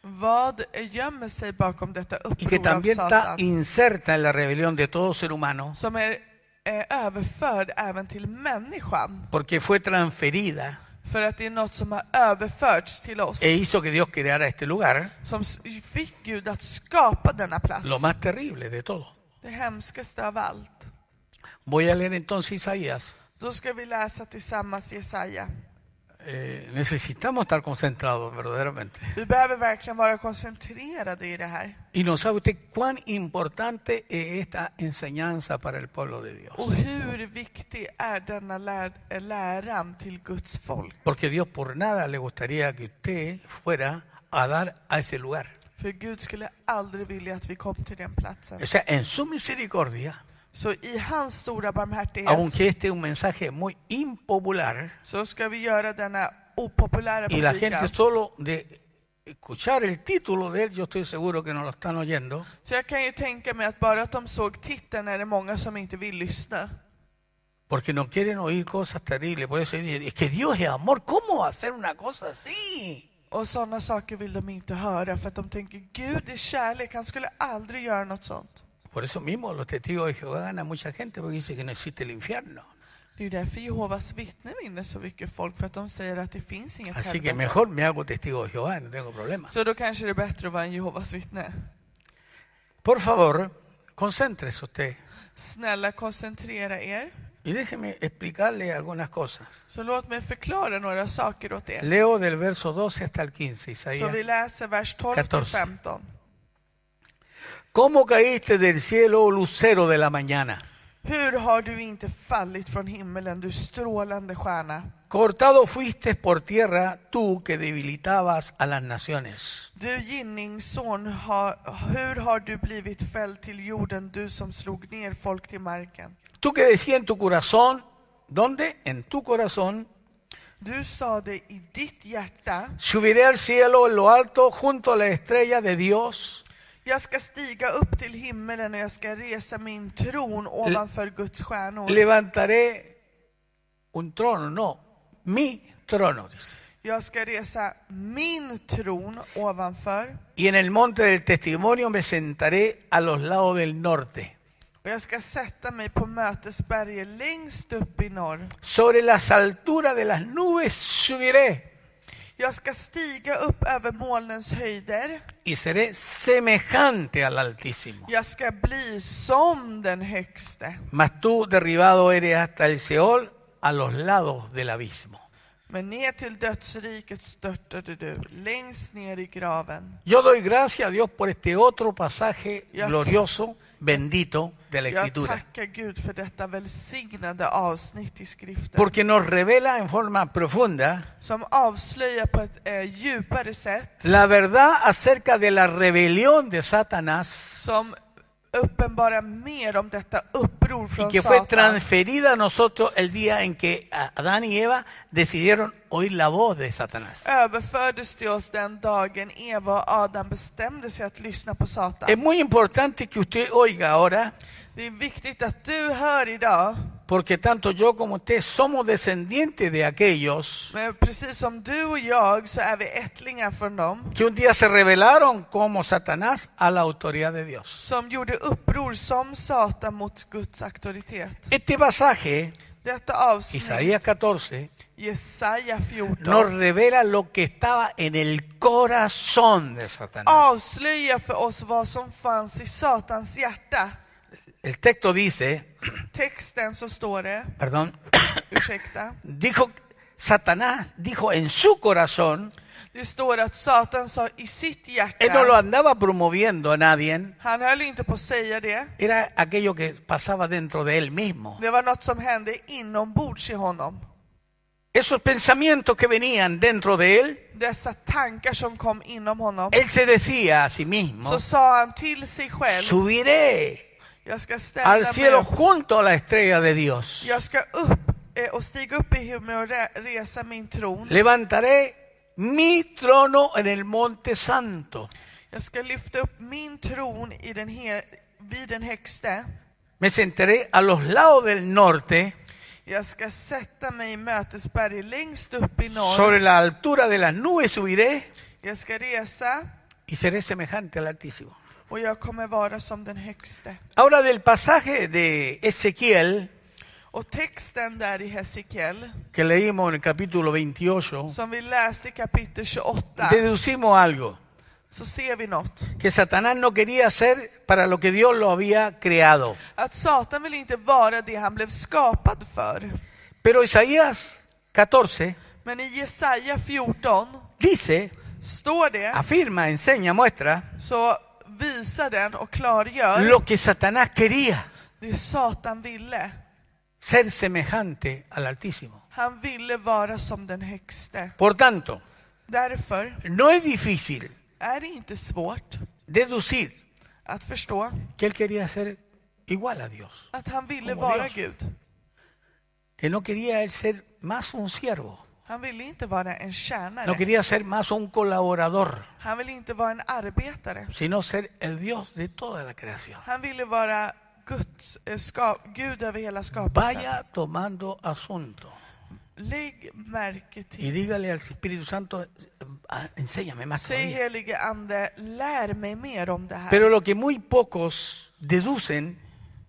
S2: Vad gömmer sig bakom detta
S1: y que
S2: uppror av
S1: también está
S2: Satan?
S1: inserta en la rebelión de todo ser humano?
S2: Som är eh, överförd även till människan.
S1: Porque fue transferida
S2: För att det är något som har överförts till oss.
S1: e hizo que Dios creara este lugar,
S2: Som s- fick Gud att skapa denna plats.
S1: lo más terrible de todo.
S2: Det hemskaste av allt.
S1: Voy a leer entonces Isaías.
S2: Då ska vi läsa tillsammans Jesaja.
S1: Eh, necesitamos estar concentrados verdaderamente.
S2: Vi behöver verkligen vara koncentrerade i det här.
S1: Y no sabe usted cuán importante es esta enseñanza para el pueblo de Dios.
S2: Och hur viktig är denna lär, läran till Guds folk?
S1: Porque Dios por nada le gustaría que usted fuera a dar a ese lugar.
S2: För Gud skulle aldrig vilja att vi kom till den platsen.
S1: O sea, en su misericordia,
S2: Så i hans stora barmhärtighet
S1: aunque este es un mensaje muy impopular
S2: så ska vi göra denna opopulära
S1: y la gente
S2: predikan.
S1: solo de escuchar el título de él, yo estoy seguro que no lo están oyendo,
S2: Så jag kan ju tänka mig att bara att de såg titeln är det många som inte vill lyssna.
S1: porque no quieren oír cosas terribles. Por eso dicen, es que Dios es amor, ¿cómo va a hacer una cosa así?
S2: Och sådana saker vill de inte höra för att de tänker Gud är kärlek, han skulle aldrig göra något sånt.
S1: Por eso mismo los testigos de Jehová ganan mucha gente porque dicen que no existe el infierno.
S2: Det är ju därför Jehovas vittnen vinner så mycket folk, för att de säger att det finns inget
S1: Así que
S2: helvete.
S1: mejor me hago testigo de Jehová, no tengo problema.
S2: Så då kanske det är bättre att vara en Jehovas vittne.
S1: Por favor, concéntrese usted
S2: Snälla koncentrera er.
S1: y déjeme explicarle algunas cosas.
S2: Så låt mig förklara några saker åt er.
S1: Leo del verso 12 hasta el 15,
S2: Så
S1: Isaías.
S2: vi läser vers 12 till
S1: 14.
S2: 15.
S1: ¿Cómo caíste del cielo, oh lucero de la mañana?
S2: Hur har du inte fallit från himmelen, du strålande stjärna?
S1: Cortado fuiste por tierra tú que debilitabas a las naciones.
S2: Du Ginningsson, har, hur har du blivit fälld till jorden, du som slog ner folk till marken?
S1: Tú que decías en tu corazón, ¿dónde? En tu corazón,
S2: Du sade i ditt hjärta,
S1: subiré al cielo en lo alto junto a la estrella de Dios.
S2: jag ska stiga upp till himmelen och jag ska resa min tron ovanför Guds stjärnor.
S1: Levantaré un trono, no, mi trono, dice.
S2: Jag ska resa min tron ovanför
S1: Y en el monte del testimonio me sentaré a los lados del norte.
S2: och jag ska sätta mig på mötesberget längst upp i norr.
S1: Sobre las alturas de las nubes subiré
S2: Jag ska stiga upp över molnens höjder.
S1: y seré semejante al Altísimo.
S2: Jag ska bli som den högste.
S1: Mas tú derribado eres hasta el Seol, a los lados del abismo.
S2: Men ner till dödsriket störtade du, längst ner i graven.
S1: Yo doy gracias a Dios por este otro pasaje glorioso, bendito de la
S2: Jag
S1: Escritura,
S2: tackar Gud för detta välsignade avsnitt i skriften
S1: porque nos revela en forma profunda
S2: som avslöjar på ett eh, djupare sätt,
S1: la verdad acerca de la rebelión de Satanás
S2: som uppenbarar mer om detta uppror
S1: y
S2: från
S1: que fue
S2: Satan
S1: transferida a nosotros el día en que a- Adán y Eva decidieron oír la voz de Satanás.
S2: överfördes till oss den dagen Eva och Adam bestämde sig att lyssna på Satan.
S1: Es muy importante que usted oiga ahora,
S2: Det är viktigt att du hör idag,
S1: porque tanto yo como usted somos descendientes de aquellos
S2: men precis som du och jag så är vi ättlingar från dem
S1: que un día se rebelaron como Satanás a la autoridad de Dios.
S2: som gjorde uppror som Satan mot Guds auktoritet.
S1: Este pasaje,
S2: Detta avsnitt,
S1: Isaías 14,
S2: Jesaja 14.
S1: nos revela lo que estaba en el corazón de Satanás.
S2: Oh. Avslöja för oss vad som fanns i Satans hjärta.
S1: El texto dice,
S2: Texten så står det,
S1: perdón,
S2: ursäkta,
S1: dijo Satanás dijo en su corazón,
S2: det står att Satan sa i sitt
S1: él no lo
S2: hjärta,
S1: andaba promoviendo a nadie,
S2: han höll inte på att säga det,
S1: era aquello que pasaba dentro de él mismo.
S2: det var något som hände inombords i honom.
S1: Esos pensamientos que venían dentro de él,
S2: Dessa tankar som kom inom honom.
S1: él se decía a sí mismo,
S2: Så sa han till sig själv,
S1: subiré
S2: jag ska
S1: al
S2: ställa mig
S1: cielo
S2: upp,
S1: junto a la estrella de Dios,
S2: jag ska upp eh, och stiga upp i himlen och re- resa min tron.
S1: levantaré mi trono en el monte santo.
S2: Jag ska lyfta upp min tron i den he- vid den högste.
S1: Me sentaré a los lados del norte,
S2: Jag ska sätta mig i mötesberg längst upp i norr.
S1: sobre la altura de las nubes subiré
S2: Jag ska resa
S1: y seré semejante al Altísimo.
S2: och jag kommer vara som den högste.
S1: Ahora del pasaje de Ezequiel
S2: Och texten där i Hesekiel,
S1: que leímos en el capítulo 28,
S2: som vi läste i kapitel 28,
S1: deducimos algo,
S2: så ser vi något.
S1: que Satanás no quería hacer para lo que Dios lo había creado.
S2: Att Satan vill inte vara det han blev skapad för.
S1: Pero Isaías 14
S2: Men i Jesaja 14
S1: dice,
S2: står det,
S1: afirma, enseña, muestra
S2: så visar den och klargör
S1: lo que Satanás quería,
S2: det Satan ville.
S1: ser semejante al Altísimo.
S2: Han ville vara som den högste.
S1: Por tanto,
S2: Därför
S1: no es difícil
S2: är det inte svårt
S1: deducir
S2: att förstå
S1: que él quería ser igual a Dios,
S2: att han ville
S1: Åh,
S2: vara
S1: Dios.
S2: Gud.
S1: que no quería él ser más un siervo,
S2: Han ville inte vara en
S1: no
S2: tjänare.
S1: quería ser más un colaborador,
S2: Han ville inte vara en arbetare.
S1: sino ser el Dios de toda la creación.
S2: Han ville vara Guds, eh, ska, Gud över hela skapelsen.
S1: Vaya tomando asunto
S2: Lägg märke
S1: y
S2: till.
S1: dígale al Espíritu Santo, "Ah, enséñame más.
S2: Säg
S1: todavía".
S2: helige Ande, lär mig mer om det här.
S1: Pero lo que muy pocos deducen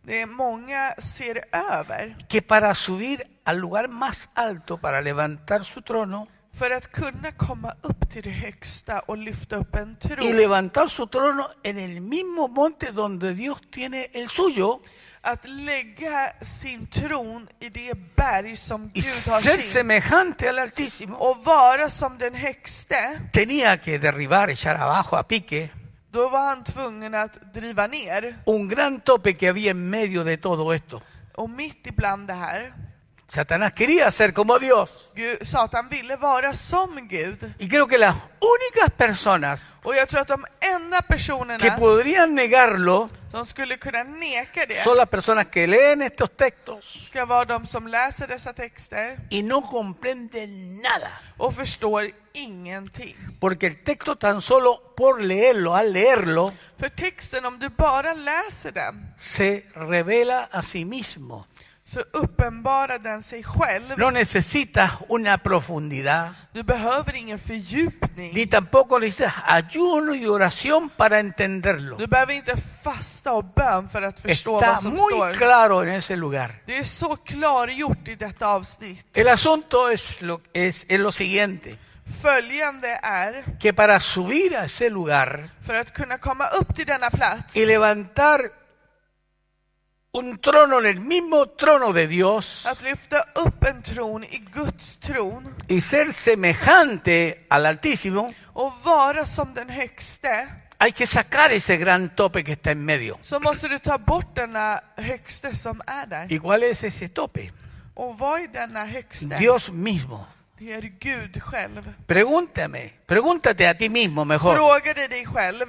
S2: Det är många ser över.
S1: que para subir al lugar más alto, para levantar su trono,
S2: För att kunna komma upp till det högsta och lyfta upp en tro.
S1: y levantar su trono en el mismo monte donde Dios tiene el suyo,
S2: Att lägga sin tron i det berg som
S1: y
S2: Gud har
S1: ser
S2: sin
S1: semejante al Altísimo,
S2: och vara som den högste,
S1: tenía que derribar, echar abajo a pique,
S2: då var han tvungen att driva ner.
S1: un gran tope que había en medio de todo esto.
S2: Och mitt ibland det här,
S1: Satanás quería ser como Dios.
S2: Gud, Satan ville vara som Gud.
S1: Y creo que las únicas personas
S2: Och jag tror att de enda
S1: que
S2: personerna
S1: podrían negarlo
S2: som skulle kunna neka det,
S1: son las personas que leen estos textos
S2: ska vara de som läser dessa texter
S1: y no comprenden nada.
S2: och förstår ingenting.
S1: Porque el texto tan solo por leerlo, al leerlo,
S2: För texten, om du bara läser den,
S1: se revela a sí mismo.
S2: så uppenbarar den sig själv.
S1: No necesitas una profundidad,
S2: Du behöver ingen fördjupning.
S1: ni tampoco necesitas ayuno y oración para entenderlo.
S2: Du behöver inte fasta och bön för att förstå
S1: Está
S2: vad som
S1: muy
S2: står.
S1: claro en ese lugar.
S2: Det är så klargjort i detta avsnitt.
S1: El asunto es lo, es- es lo siguiente,
S2: Följande är,
S1: que para subir a ese lugar
S2: för att kunna komma upp till denna plats
S1: y levantar un trono en el mismo trono de Dios
S2: att lyfta upp en tron i Guds tron
S1: y ser semejante al Altísimo,
S2: och vara som den högste,
S1: hay que sacar ese gran tope que está en medio.
S2: så måste du ta bort denna högste som är där.
S1: ¿Y cuál es ese tope?
S2: Och vad är denna högste?
S1: Dios mismo.
S2: Det är Gud själv.
S1: Pregúntame, pregúntate a ti mismo mejor.
S2: Fråga dig dig själv,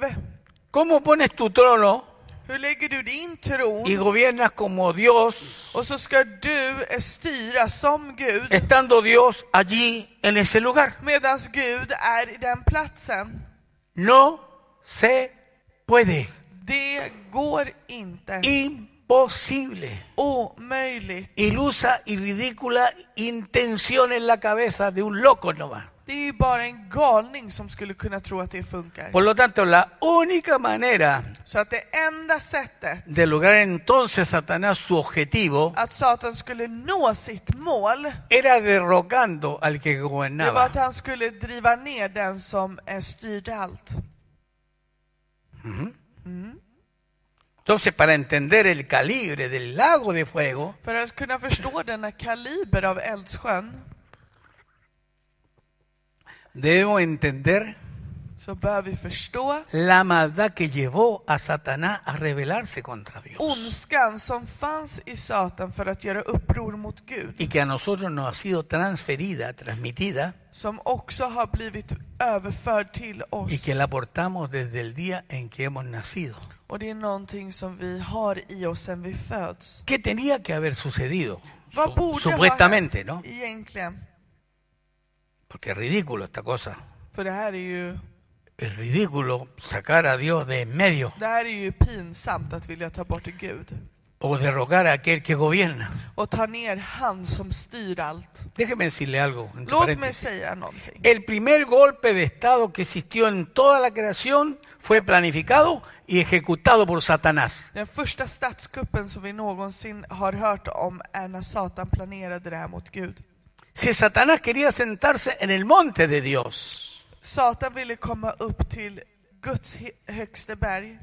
S1: ¿Cómo pones tu trono
S2: hur lägger du din
S1: y
S2: tron?
S1: gobiernas como Dios,
S2: Och så ska du eh, styra som Gud.
S1: estando Dios allí en ese lugar?
S2: medan Gud är i den platsen.
S1: No se puede.
S2: Det går inte.
S1: Imposible.
S2: Omöjligt.
S1: ilusa y ridícula intención en la cabeza de un loco nomás.
S2: Det är ju bara en galning som skulle kunna tro att det funkar.
S1: Por lo tanto, la única manera
S2: Så att det enda sättet
S1: de lograr entonces Satanás su objetivo
S2: att Satan skulle nå sitt mål,
S1: era derrocando al que
S2: det var
S1: gobernaba.
S2: att han skulle driva ner den som eh, styrde allt.
S1: Entonces, para entender el calibre del lago de fuego,
S2: För att kunna förstå denna kaliber av eldsjön
S1: debemos entender
S2: så bör vi förstå
S1: la maldad que llevó a Satanás a rebelarse contra Dios
S2: ondskan som fanns i Satan för att göra uppror mot Gud,
S1: y que a nosotros nos ha sido transferida, transmitida
S2: som också har blivit överförd till
S1: y
S2: oss.
S1: que la portamos desde el día en que hemos nacido.
S2: Och det är någonting som vi har i oss sedan vi föds.
S1: ¿Qué tenía que haber sucedido?
S2: Vad
S1: Su-
S2: borde
S1: supuestamente,
S2: ha
S1: ¿no?
S2: hänt egentligen?
S1: Porque es ridículo esta cosa.
S2: För det här är ju,
S1: Es ridículo sacar a Dios de en medio
S2: det här är ju pinsamt att vilja ta bort Gud
S1: o derrocar a aquel que gobierna.
S2: och ta ner han som styr allt.
S1: Déjeme decirle algo. entre
S2: Låt mig
S1: paréntesis.
S2: säga någonting.
S1: El primer golpe de Estado que existió en toda la creación fue planificado y ejecutado por Satanás.
S2: Den första statskuppen som vi någonsin har hört om är när Satan planerade det här mot Gud.
S1: Si Satanás quería sentarse en el monte de Dios,
S2: Satan ville komma upp till Guds he- högste berg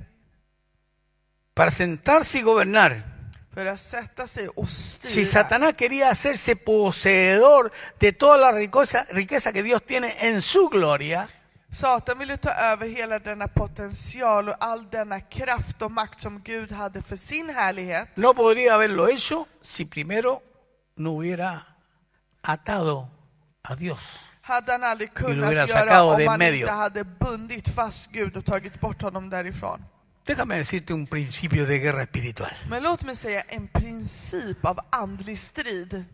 S1: para sentarse y gobernar,
S2: för att sätta sig och
S1: si
S2: styra.
S1: Satanás quería hacerse poseedor de toda la riqueza, riqueza que Dios tiene en su gloria,
S2: Satan ville ta över hela denna potential och all denna kraft och makt som Gud hade för sin härlighet.
S1: no podría haberlo hecho si primero no hubiera atado a Dios.
S2: Hade han aldrig
S1: lo
S2: kunnat
S1: hubiera
S2: göra
S1: sacado
S2: om
S1: de
S2: han
S1: medio.
S2: inte hade bundit fast Gud och tagit bort honom därifrån.
S1: Déjame decirte un principio de guerra espiritual.
S2: Men låt mig säga en princip av andlig strid.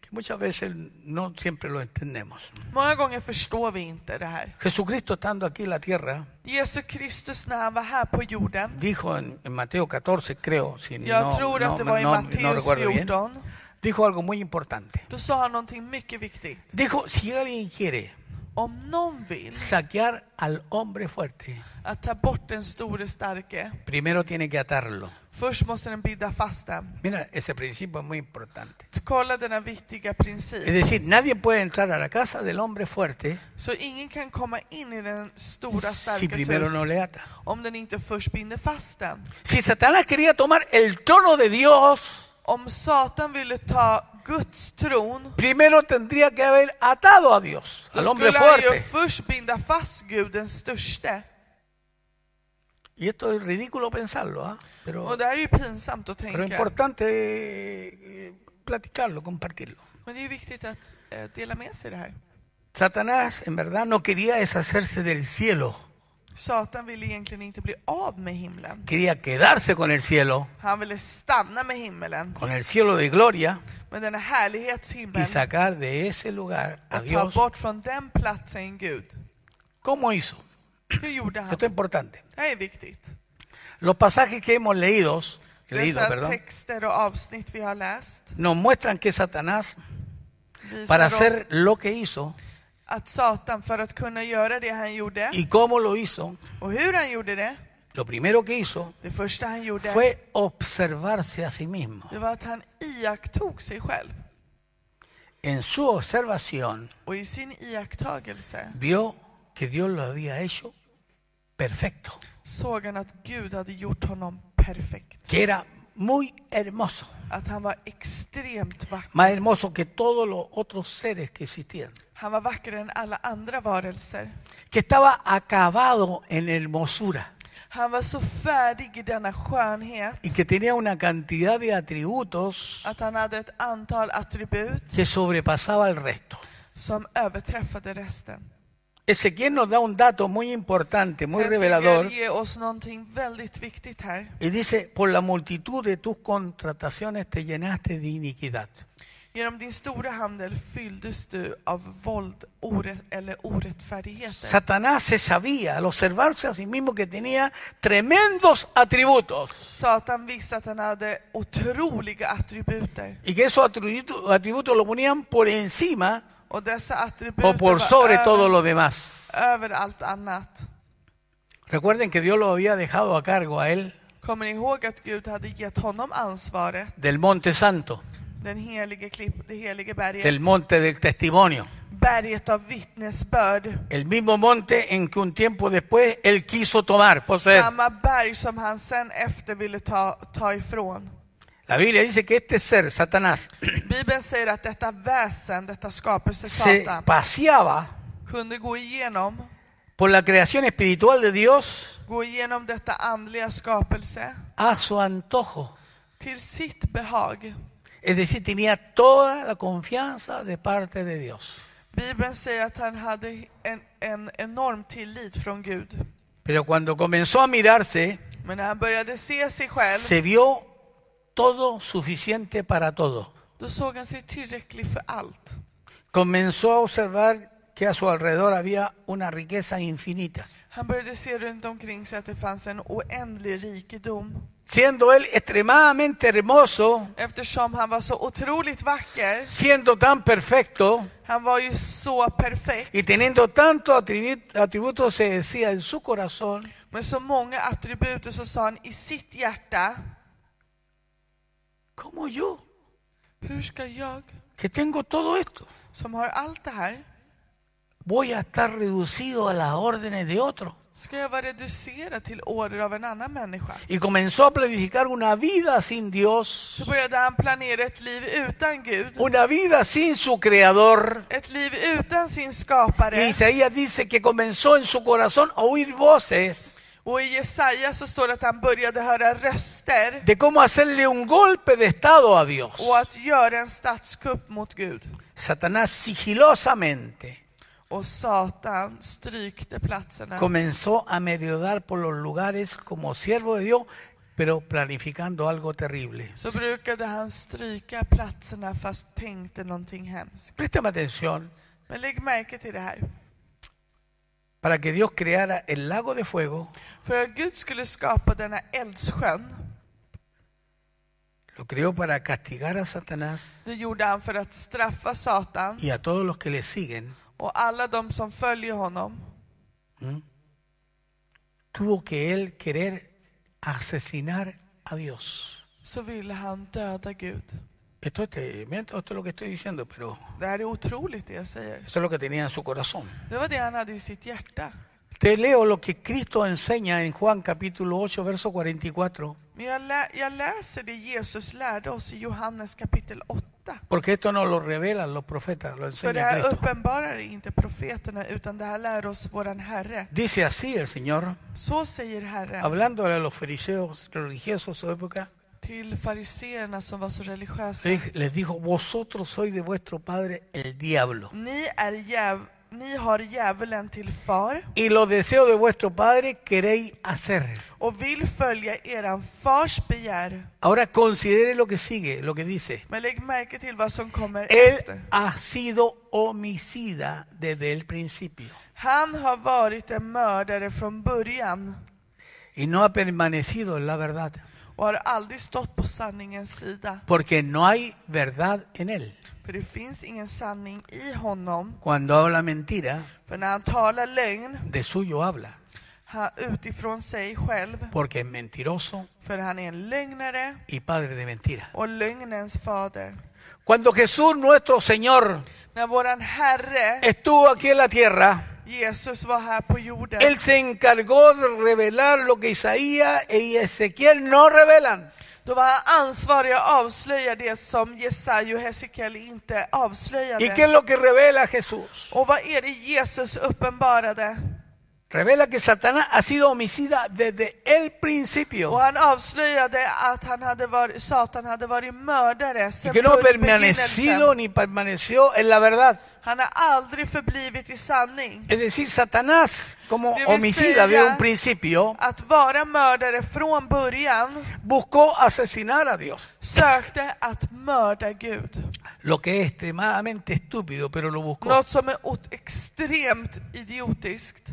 S1: que muchas veces no siempre lo entendemos.
S2: Många gånger förstår vi inte det här.
S1: Jesucristo estando aquí en la tierra,
S2: Jesus Kristus när han var här på jorden,
S1: dijo en, en Mateo 14, creo, si
S2: jag
S1: no,
S2: tror
S1: no-
S2: att det var i
S1: no- no
S2: Matteus
S1: recuerdo bien,
S2: 14,
S1: dijo algo muy importante.
S2: då sa han någonting mycket viktigt.
S1: Dijo, si alguien quiere
S2: Om någon vill
S1: saquear al hombre fuerte,
S2: att ta bort den store starke,
S1: primero tiene que atarlo.
S2: först måste den binda fast den.
S1: Mira, ese principio es muy importante.
S2: Kolla denna viktiga
S1: Es
S2: princip.
S1: decir, nadie puede entrar a la casa del hombre fuerte
S2: Så ingen kan komma in i den stora
S1: si
S2: starkes
S1: primero no
S2: hus
S1: le ata.
S2: om den inte först binder fast den.
S1: Si Satanás quería tomar el trono de Dios,
S2: Om Satan ville ta Guds tron,
S1: primero tendría que haber atado a Dios,
S2: då
S1: al hombre
S2: skulle han ju
S1: fuerte.
S2: först binda fast Gud den störste.
S1: Y esto es ridículo pensarlo, ¿ah? pero,
S2: Och det här är ju pinsamt att
S1: pero
S2: tänka.
S1: importante eh, platicarlo, compartirlo.
S2: Men det är ju viktigt att eh, dela med sig det här.
S1: Satanás en verdad no quería deshacerse del cielo,
S2: Satan ville egentligen inte bli av med himlen.
S1: quería quedarse con el cielo,
S2: Han ville stanna med himmelen,
S1: con el cielo de gloria
S2: med denna
S1: y
S2: härlighetshimmel
S1: sacar de ese lugar a
S2: och ta
S1: Dios.
S2: bort från den platsen Gud.
S1: ¿Cómo hizo?
S2: Hur gjorde han?
S1: Esto es importante.
S2: Det här är viktigt.
S1: Los pasajes que hemos leído, leído
S2: Dessa
S1: perdón,
S2: texter och avsnitt vi har läst
S1: nos muestran que Satanás,
S2: visar
S1: para
S2: oss
S1: hacer lo que hizo
S2: att Satan för att kunna göra det han gjorde
S1: y cómo lo hizo,
S2: och hur han gjorde det,
S1: lo primero que hizo
S2: det första han gjorde,
S1: fue observarse a sí mismo.
S2: det var att han iakttog sig själv.
S1: en su observación
S2: Och i sin iakttagelse
S1: vio que Dios lo había hecho perfecto,
S2: såg han att Gud hade gjort honom perfekt.
S1: que era muy hermoso,
S2: Att han var extremt vacker.
S1: más hermoso que todos los otros seres que existían,
S2: Han var vackrare än alla andra varelser.
S1: que estaba acabado en hermosura
S2: Han var så färdig i denna skönhet
S1: y que tenía una cantidad de atributos
S2: att han hade ett antal attribut
S1: que sobrepasaba al resto.
S2: som överträffade resten.
S1: Ezequiel nos da un dato muy importante, muy revelador,
S2: Helsingör ger oss någonting väldigt viktigt här.
S1: y dice, por la multitud de tus contrataciones te llenaste de iniquidad.
S2: Genom din stora handel fylldes du av våld ore- eller orättfärdigheter.
S1: Satanás se sabía al observarse a sí mismo que tenía tremendos atributos
S2: Satan visste att han hade otroliga attributer
S1: y que esos atributos, atributos lo ponían por encima
S2: Och dessa
S1: o
S2: attribut
S1: por sobre todo lo demás.
S2: över allt annat.
S1: Recuerden que Dios lo había dejado a cargo a él
S2: Kommer ni ihåg att Gud hade gett honom ansvaret,
S1: del monte santo,
S2: den helige klipp, det helige berget,
S1: del monte del testimonio.
S2: berget av vittnesbörd.
S1: El mismo monte en que un tiempo después él quiso tomar, poseer.
S2: Samma berg som han sen efter ville ta,
S1: [CLEARS THROAT]
S2: ta ifrån.
S1: La Biblia dice que este ser, Satanás,
S2: Bibeln säger att detta väsen, detta skapelse
S1: se
S2: Satan,
S1: paseaba
S2: kunde gå igenom,
S1: por la creación espiritual de Dios
S2: gå igenom detta andliga skapelse
S1: a su antojo.
S2: till sitt behag.
S1: Es decir, tenía toda la confianza de parte de Dios.
S2: Bibeln säger att han hade en, en enorm tillit från Gud.
S1: Pero cuando comenzó a mirarse,
S2: Men när han började se sig själv,
S1: se vio todo suficiente para todo.
S2: då såg han sig tillräcklig för allt.
S1: Comenzó a observar que a su alrededor había una riqueza infinita.
S2: Han började se runt omkring sig att det fanns en oändlig rikedom.
S1: Siendo él extremadamente hermoso,
S2: Eftersom han var så otroligt vacker,
S1: siendo tan perfecto
S2: han var ju så perfekt,
S1: y teniendo tantos atribu- atributos, se decía en su corazón,
S2: med så många attribut så sa han i sitt hjärta,
S1: como yo,
S2: hur ska jag,
S1: que tengo todo esto,
S2: som har allt det här,
S1: voy a estar reducido a las órdenes de otro.
S2: ska jag vara reducerad till order av en annan människa?
S1: Y comenzó a planificar una vida sin Dios,
S2: Så började han planera ett liv utan Gud,
S1: una vida sin su creador.
S2: ett liv utan sin
S1: Y
S2: skapare.
S1: Isaías dice que comenzó en su corazón a oír voces
S2: Och i Jesaja så står det att han började höra röster
S1: de cómo hacerle un golpe de estado a Dios.
S2: och att göra en statskupp mot Gud.
S1: Satanás sigilosamente
S2: Och Satan strykte platserna.
S1: comenzó a mediodar por los lugares como siervo de Dios, pero planificando algo terrible.
S2: Så brukade han stryka platserna fast tänkte någonting hemskt.
S1: Préstame atención,
S2: Men lägg märke till det här.
S1: para que Dios creara el lago de fuego,
S2: För att Gud skulle skapa denna eldsjön,
S1: lo creó para castigar a Satanás
S2: det gjorde han för att straffa Satan
S1: y a todos los que le siguen.
S2: och alla de som följer honom.
S1: Tuvo que él querer asesinar a Dios.
S2: Så ville han döda Gud.
S1: Esto es tremendo, esto es lo que estoy diciendo, pero
S2: Det här är otroligt det jag säger.
S1: Eso es lo que tenía en su corazón.
S2: Det var det han hade i sitt hjärta.
S1: Te leo lo que Cristo enseña en Juan capítulo 8, verso 44,
S2: Men jag, lä- jag läser det Jesus lärde oss i Johannes kapitel 8.
S1: porque esto no lo revelan los profetas, lo
S2: För det
S1: enseña
S2: här
S1: Cristo.
S2: uppenbarar inte profeterna, utan det här lär oss våran Herre.
S1: Dice así el Señor,
S2: Så säger Herren
S1: hablándole a los fariseos religiosos de su época,
S2: till fariseerna som var så religiösa.
S1: les les dijo, vosotros sois de vuestro padre el diablo,
S2: Ni, är djäv- ni har djävulen till far
S1: y los deseos de vuestro padre queréis hacer.
S2: och vill följa eran fars begär.
S1: Ahora considere lo que sigue, lo que dice.
S2: Men lägg märke till vad som kommer
S1: Él
S2: efter.
S1: ha sido homicida desde el principio.
S2: Han har varit en mördare från början
S1: y no ha permanecido en la verdad,
S2: och har aldrig stått på sanningens sida.
S1: porque no hay verdad en él.
S2: För det finns ingen sanning i honom.
S1: Cuando habla mentira,
S2: För när han talar lögn,
S1: de suyo habla,
S2: han utifrån sig själv,
S1: porque es mentiroso
S2: för han är en lögnare
S1: y padre de mentira.
S2: och lögnens fader.
S1: Cuando Jesús nuestro Señor
S2: När våran Herre
S1: estuvo aquí en la tierra,
S2: Jesus var här på jorden,
S1: él se encargó de revelar lo que Isaías y Ezequiel no revelan.
S2: då var han ansvarig att avslöja det som Jesaja och Hesekiel inte avslöjade.
S1: ¿Y qué es lo que revela Jesús?
S2: Och vad är det Jesus uppenbarade?
S1: Revela que Satanás ha sido homicida desde el principio.
S2: Och han avslöjade att han hade varit, Satan hade varit mördare
S1: Y
S2: sedan
S1: que no ha permanecido
S2: begynnelsen.
S1: ni permaneció en la verdad.
S2: Han har aldrig förblivit i sanning.
S1: Es decir, Satanás, como
S2: Debe
S1: homicida
S2: ser
S1: de
S2: ya.
S1: un principio,
S2: Att vara mördare från början
S1: buscó asesinar a Dios.
S2: sökte att mörda Gud.
S1: Lo que es extremadamente estúpido, pero lo buscó.
S2: Något som är ot- extremt idiotiskt.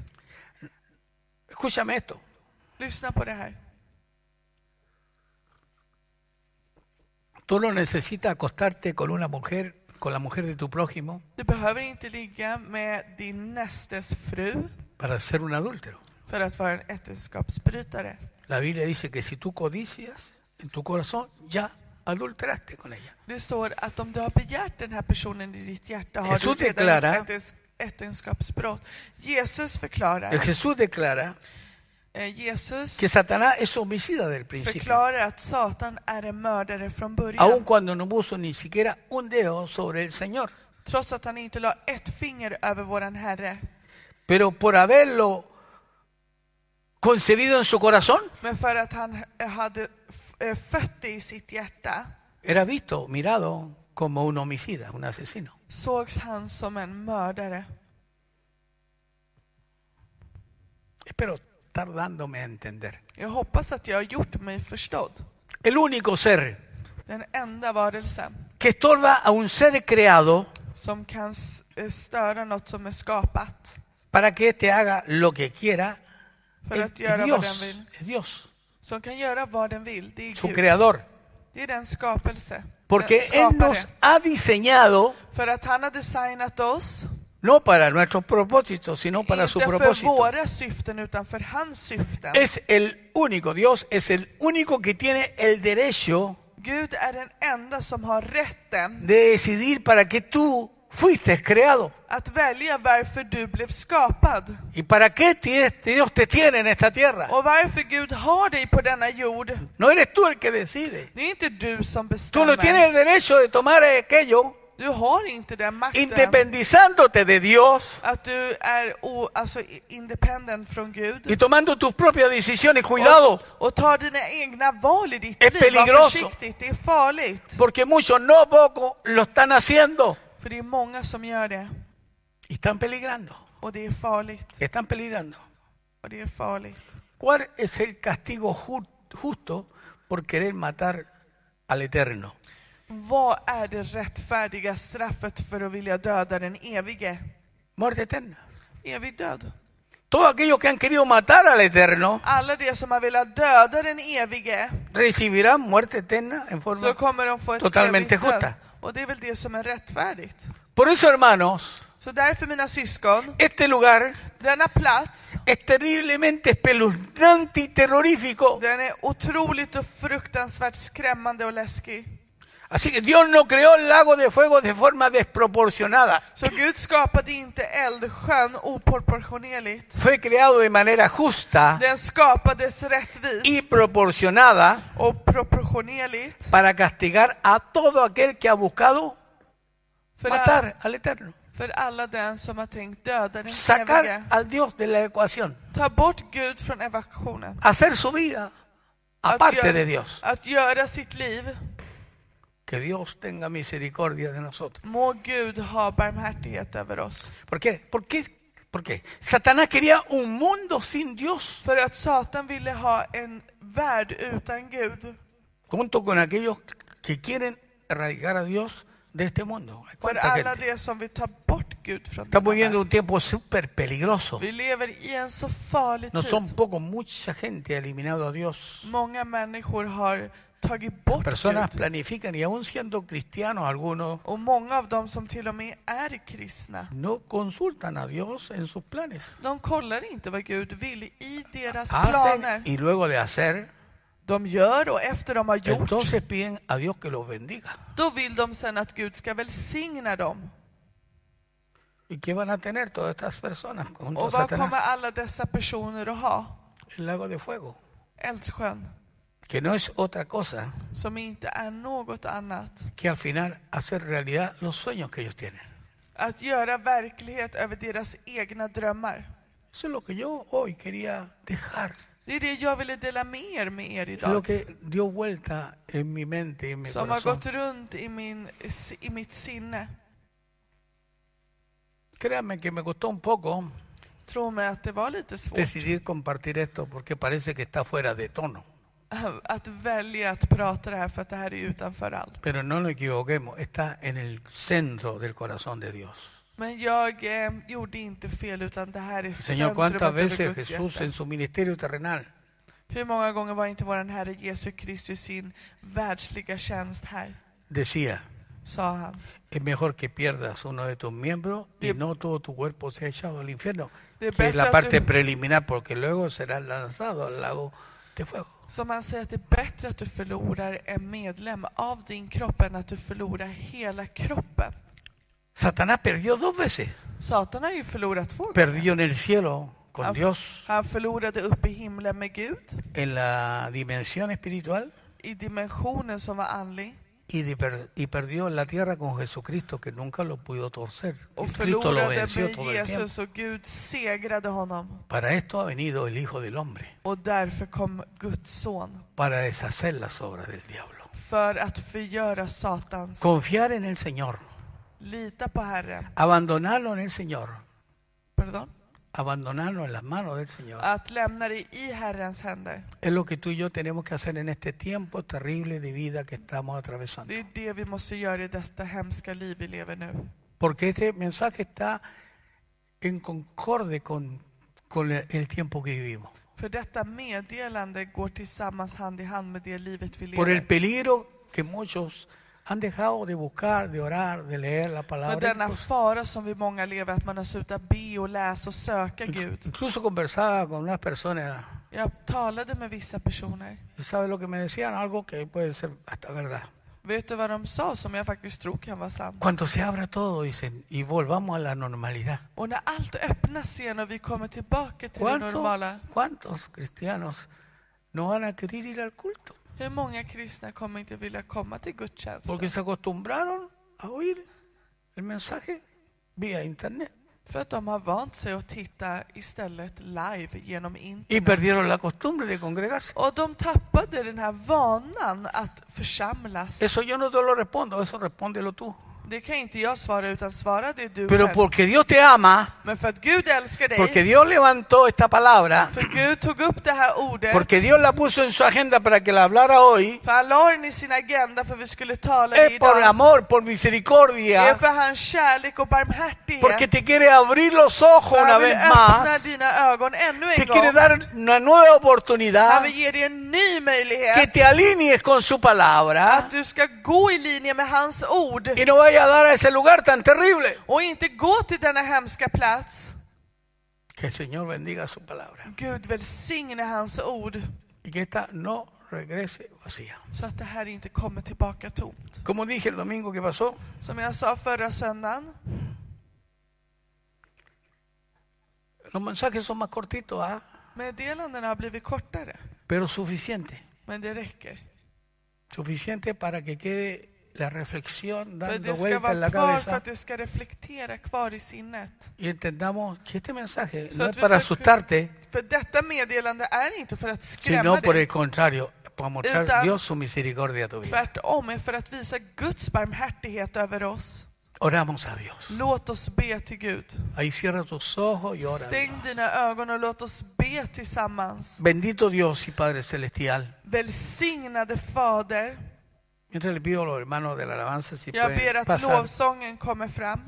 S1: Escúchame esto.
S2: Lyssna på det här.
S1: Tú no necesitas acostarte con una mujer con la mujer de tu prójimo
S2: Du behöver inte ligga med din nästes fru
S1: para ser un adúltero.
S2: för att vara en äktenskapsbrytare.
S1: La Biblia dice que si tú codicias en tu corazón, ya adulteraste con ella.
S2: Det står att om du har begärt den här personen i ditt hjärta har
S1: Jesus
S2: du redan
S1: declarar-
S2: gjort äktens- äktenskapsbrott. Jesus
S1: Eh,
S2: förklarar,
S1: Jesús declara
S2: eh, Jesus
S1: que Satanás es homicida del principio,
S2: förklarar att Satan är en mördare från
S1: aun
S2: början.
S1: cuando no puso ni siquiera un dedo sobre el Señor.
S2: Trots att han inte la ett finger över våran Herre.
S1: Pero por haberlo concebido en su corazón,
S2: Men för att han eh, hade f- eh, fött det i sitt hjärta
S1: era visto, mirado como un homicida, un asesino.
S2: sågs han som en mördare.
S1: Espero tardándome a entender.
S2: Jag hoppas att jag har gjort mig förstådd.
S1: El único ser
S2: Den enda varelsen
S1: que estorba a un ser creado
S2: som kan s- eh, störa något som är skapat.
S1: para que éste haga lo que quiera
S2: För
S1: es
S2: att göra vad den
S1: Dios,
S2: vill.
S1: es Dios,
S2: Som kan göra vad den vill. Det
S1: su
S2: är Gud.
S1: creador.
S2: Det är den skapelse.
S1: Porque
S2: den
S1: Él
S2: skapare.
S1: nos ha diseñado
S2: För att han har designat oss.
S1: no para nuestros propósitos, sino para su
S2: inte för
S1: propósito.
S2: våra syften utan för hans syften.
S1: Es el único, Dios es el único que tiene el derecho
S2: Gud är den enda som har rätten
S1: de decidir para qué tú fuiste creado
S2: att välja varför du blev skapad.
S1: y para qué ti- este Dios te tiene en esta tierra.
S2: Och varför Gud har dig på denna jord.
S1: No eres tú el que decide.
S2: Det är inte du som
S1: Tú no tienes
S2: bestämmer.
S1: el derecho de tomar aquello
S2: Du har inte den makten.
S1: independizándote de Dios
S2: Att du är o, alltså, i- independent från Gud.
S1: y tomando tus propias decisiones. Cuidado,
S2: Och, och tar dina egna val i ditt
S1: Es
S2: liv. Var
S1: peligroso.
S2: försiktigt, det är farligt.
S1: porque muchos, no pocos, lo están haciendo
S2: För det är många som gör det.
S1: y están peligrando.
S2: Och det är farligt.
S1: Están peligrando.
S2: Och det är farligt.
S1: ¿Cuál es el castigo ju- justo por querer matar al eterno?
S2: Vad är det rättfärdiga straffet för att vilja döda den evige?
S1: Muerte eterna.
S2: Evig död.
S1: Todos aquellos que han querido matar al eterno
S2: Alla de som har velat döda den evige,
S1: recibirán muerte eterna en
S2: så
S1: forma.
S2: kommer de få ett
S1: Totalmente
S2: evigt död.
S1: justa.
S2: Och det är väl det som är rättfärdigt.
S1: Por eso, hermanos,
S2: Så därför mina syskon,
S1: este lugar
S2: denna plats,
S1: es terriblemente espeluznante y terrorífico.
S2: den är otroligt och fruktansvärt skrämmande och läskig.
S1: Así que Dios no creó el lago de fuego de forma desproporcionada.
S2: Så Gud skapade inte eldsjön oproportionerligt.
S1: Fue creado de manera justa
S2: Den skapades rättvist
S1: y proporcionada
S2: och proportionerligt
S1: para castigar a todo aquel que ha buscado
S2: för, all,
S1: matar al Eterno.
S2: för alla den som har tänkt döda den
S1: Sacar
S2: evige.
S1: al Dios de la ecuación.
S2: Ta bort Gud från evakuationen.
S1: Hacer su vida aparte de Dios.
S2: att göra sitt liv.
S1: Que Dios tenga misericordia de nosotros.
S2: Må Gud ha barmhärtighet över oss.
S1: ¿Por qué? ¿Por qué? ¿Por qué? Satanás quería un mundo sin Dios,
S2: För att Satan ville ha en värld utan Gud.
S1: junto con aquellos que quieren erradicar a Dios de este mundo. Hay
S2: För
S1: cuánta
S2: alla
S1: gente.
S2: de som vill ta bort Gud från
S1: Estamos
S2: denna
S1: viviendo
S2: värld.
S1: un tiempo súper peligroso.
S2: Vi lever i en så farlig
S1: No
S2: tid.
S1: son pocos, mucha gente ha eliminado a Dios.
S2: Många människor har tagit bort
S1: Personas
S2: Gud.
S1: planifican y aún siendo cristianos algunos
S2: Och många av dem som till och med är kristna,
S1: no consultan a Dios en sus planes.
S2: de kollar inte vad Gud vill i deras
S1: Hacen
S2: planer.
S1: y luego de hacer,
S2: De gör och efter de har gjort,
S1: entonces piden a Dios que los bendiga.
S2: då vill de sen att Gud ska välsigna dem.
S1: ¿Y qué van a tener todas estas personas junto a
S2: Och vad kommer
S1: Satanás?
S2: alla dessa personer att ha?
S1: El lago de fuego,
S2: Eldsjön,
S1: que no es otra cosa
S2: som inte är något annat.
S1: que al final hacer realidad los sueños que ellos tienen.
S2: Att göra verklighet över deras egna drömmar.
S1: Eso es lo que yo hoy quería dejar.
S2: Det är det jag ville dela med er med er
S1: Es lo
S2: idag.
S1: que dio vuelta en mi mente y en mi
S2: Som har
S1: corazón.
S2: gått runt i, min, i mitt sinne.
S1: Créanme que me costó un poco
S2: Tro mig att det var lite svårt
S1: decidir compartir esto porque parece que está fuera de tono.
S2: [LAUGHS] att välja att prata det här för att det här är utanför allt.
S1: Pero no nos equivoquemos, está en el centro del corazón de Dios.
S2: Men jag eh, gjorde inte fel utan det här är
S1: Señor,
S2: centrumet
S1: ¿cuántas
S2: över
S1: veces
S2: Guds
S1: Jesús
S2: hjärta.
S1: en su ministerio terrenal
S2: Hur många gånger var inte vår Herre Jesus Kristus sin världsliga tjänst här?
S1: decía,
S2: sa han.
S1: Es mejor que pierdas uno de tus miembros y no todo tu cuerpo sea echado al infierno,
S2: De
S1: que es la
S2: bättre att
S1: parte
S2: du-
S1: preliminar, porque luego serás lanzado al lago de fuego.
S2: Som han säger att det är bättre att du förlorar en medlem av din kropp än att du förlorar hela kroppen.
S1: Satanás perdió dos veces.
S2: Satan har ju förlorat två gånger.
S1: Perdió en el cielo con
S2: Ah.
S1: Dios,
S2: Han förlorade uppe i himlen med Gud,
S1: en la dimensión espiritual,
S2: i dimensionen som var andlig.
S1: y, de per- y perdió en la tierra con Jesucristo, que nunca lo pudo torcer.
S2: Och
S1: Cristo lo
S2: förlorade
S1: venció
S2: med
S1: todo el tiempo.
S2: Jesus och Gud segrade honom.
S1: Para esto ha venido el Hijo del Hombre,
S2: Och därför kom Guds son.
S1: para deshacer las obras del diablo.
S2: För att förgöra Satans.
S1: Confiar en el Señor,
S2: Lita på Herren.
S1: abandonarlo en el Señor,
S2: Pardon?
S1: abandonarlo en las manos del Señor.
S2: Att lämna dig i Herrens händer.
S1: Es lo que tú y yo tenemos que hacer en este tiempo terrible de vida que estamos atravesando.
S2: Det är det vi måste göra i detta hemska liv vi lever nu.
S1: Porque este mensaje está en concorde con, con el el tiempo que vivimos.
S2: För detta meddelande går tillsammans hand i hand med det livet vi
S1: Por el
S2: lever.
S1: peligro que muchos han dejado de buscar, de orar, de leer la
S2: Med
S1: palabra.
S2: denna
S1: Incluso,
S2: fara som vi många lever, att man har slutat be och läsa och söka Gud.
S1: incluso conversaba con unas personas
S2: Jag talade med vissa personer.
S1: y sabe lo que me decían, algo que puede ser hasta verdad.
S2: Vet du vad de sa som jag faktiskt tror kan vara sant?
S1: Cuando se abra todo, dicen, y volvamos a la normalidad.
S2: Och när allt öppnas igen och vi kommer tillbaka till det
S1: ¿Cuántos,
S2: normala,
S1: cuántos cristianos no van a querer ir al culto?
S2: hur många kristna kommer inte vilja komma till gudstjänsten?
S1: Porque se acostumbraron a oír el mensaje vía internet
S2: För att de har vant sig att titta istället live genom internet.
S1: y perdieron la costumbre de congregarse.
S2: Och de tappade den här vanan att församlas.
S1: Eso yo no te lo respondo, eso respóndelo tú.
S2: Det kan inte jag svara utan svara det är du
S1: Pero
S2: själv.
S1: porque Dios te ama,
S2: Men för att Gud älskar dig,
S1: porque Dios levantó esta palabra,
S2: för Gud tog upp det här ordet,
S1: porque Dios la puso en su agenda para que la hablara hoy,
S2: för han la den i sin agenda för vi skulle tala det
S1: es por
S2: idag.
S1: amor, por
S2: Det är
S1: misericordia,
S2: för hans kärlek och barmhärtighet.
S1: porque te quiere abrir los ojos una
S2: han vill
S1: vez
S2: öppna
S1: más,
S2: dina ögon ännu en
S1: te
S2: gång.
S1: quiere dar una nueva
S2: Han
S1: oportunidad,
S2: vill ge dig en ny
S1: que
S2: möjlighet.
S1: te alinees con su palabra
S2: Att du ska gå i linje med hans ord
S1: y no vaya a dar a ese lugar tan terrible.
S2: och inte gå till denna hemska plats.
S1: Que el Señor bendiga su palabra
S2: Gud välsigne hans ord
S1: y que esta no regrese vacía.
S2: så att det här inte kommer tillbaka tomt.
S1: Como dije el domingo que pasó,
S2: Som jag sa förra söndagen,
S1: los mensajes son más cortitos, ¿ah?
S2: meddelandena har blivit kortare,
S1: pero suficiente.
S2: men det räcker.
S1: Suficiente para que quede la reflexión
S2: För
S1: dando
S2: det ska
S1: vuelta en
S2: vara
S1: la
S2: kvar för
S1: cabeza
S2: att det ska reflektera kvar i sinnet.
S1: y entendamos que este mensaje
S2: Så
S1: no
S2: att
S1: es
S2: vi
S1: para
S2: ska-
S1: asustarte,
S2: För detta meddelande är inte för att skrämma
S1: sino por
S2: dig,
S1: el contrario, para mostrar
S2: Utan-
S1: Dios su misericordia a tu vida.
S2: tvärtom är för att visa Guds barmhärtighet över oss.
S1: Oramos a Dios.
S2: Låt oss be till Gud.
S1: Ahí cierra tus ojos y ora. a
S2: Stäng
S1: Dios.
S2: dina ögon och låt oss be tillsammans.
S1: Bendito Dios y Padre Celestial.
S2: Välsignade Fader,
S1: Mientras le pido a los hermanos de la alabanza si
S2: jag ber
S1: pueden
S2: att
S1: pasar.
S2: lovsången kommer fram.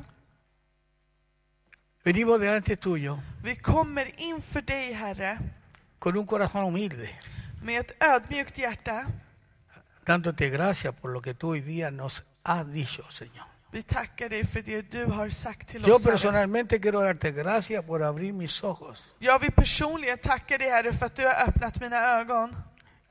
S1: Venimos delante tuyo
S2: Vi kommer inför dig, Herre,
S1: con un corazón humilde,
S2: med ett ödmjukt hjärta.
S1: dándote gracias por lo que tú hoy día nos has dicho, Señor.
S2: Vi tackar dig för det du har sagt till
S1: Yo
S2: oss, Herre.
S1: personalmente quiero darte gracias por abrir mis ojos
S2: Jag vill personligen tacka dig, Herre, för att du har öppnat mina ögon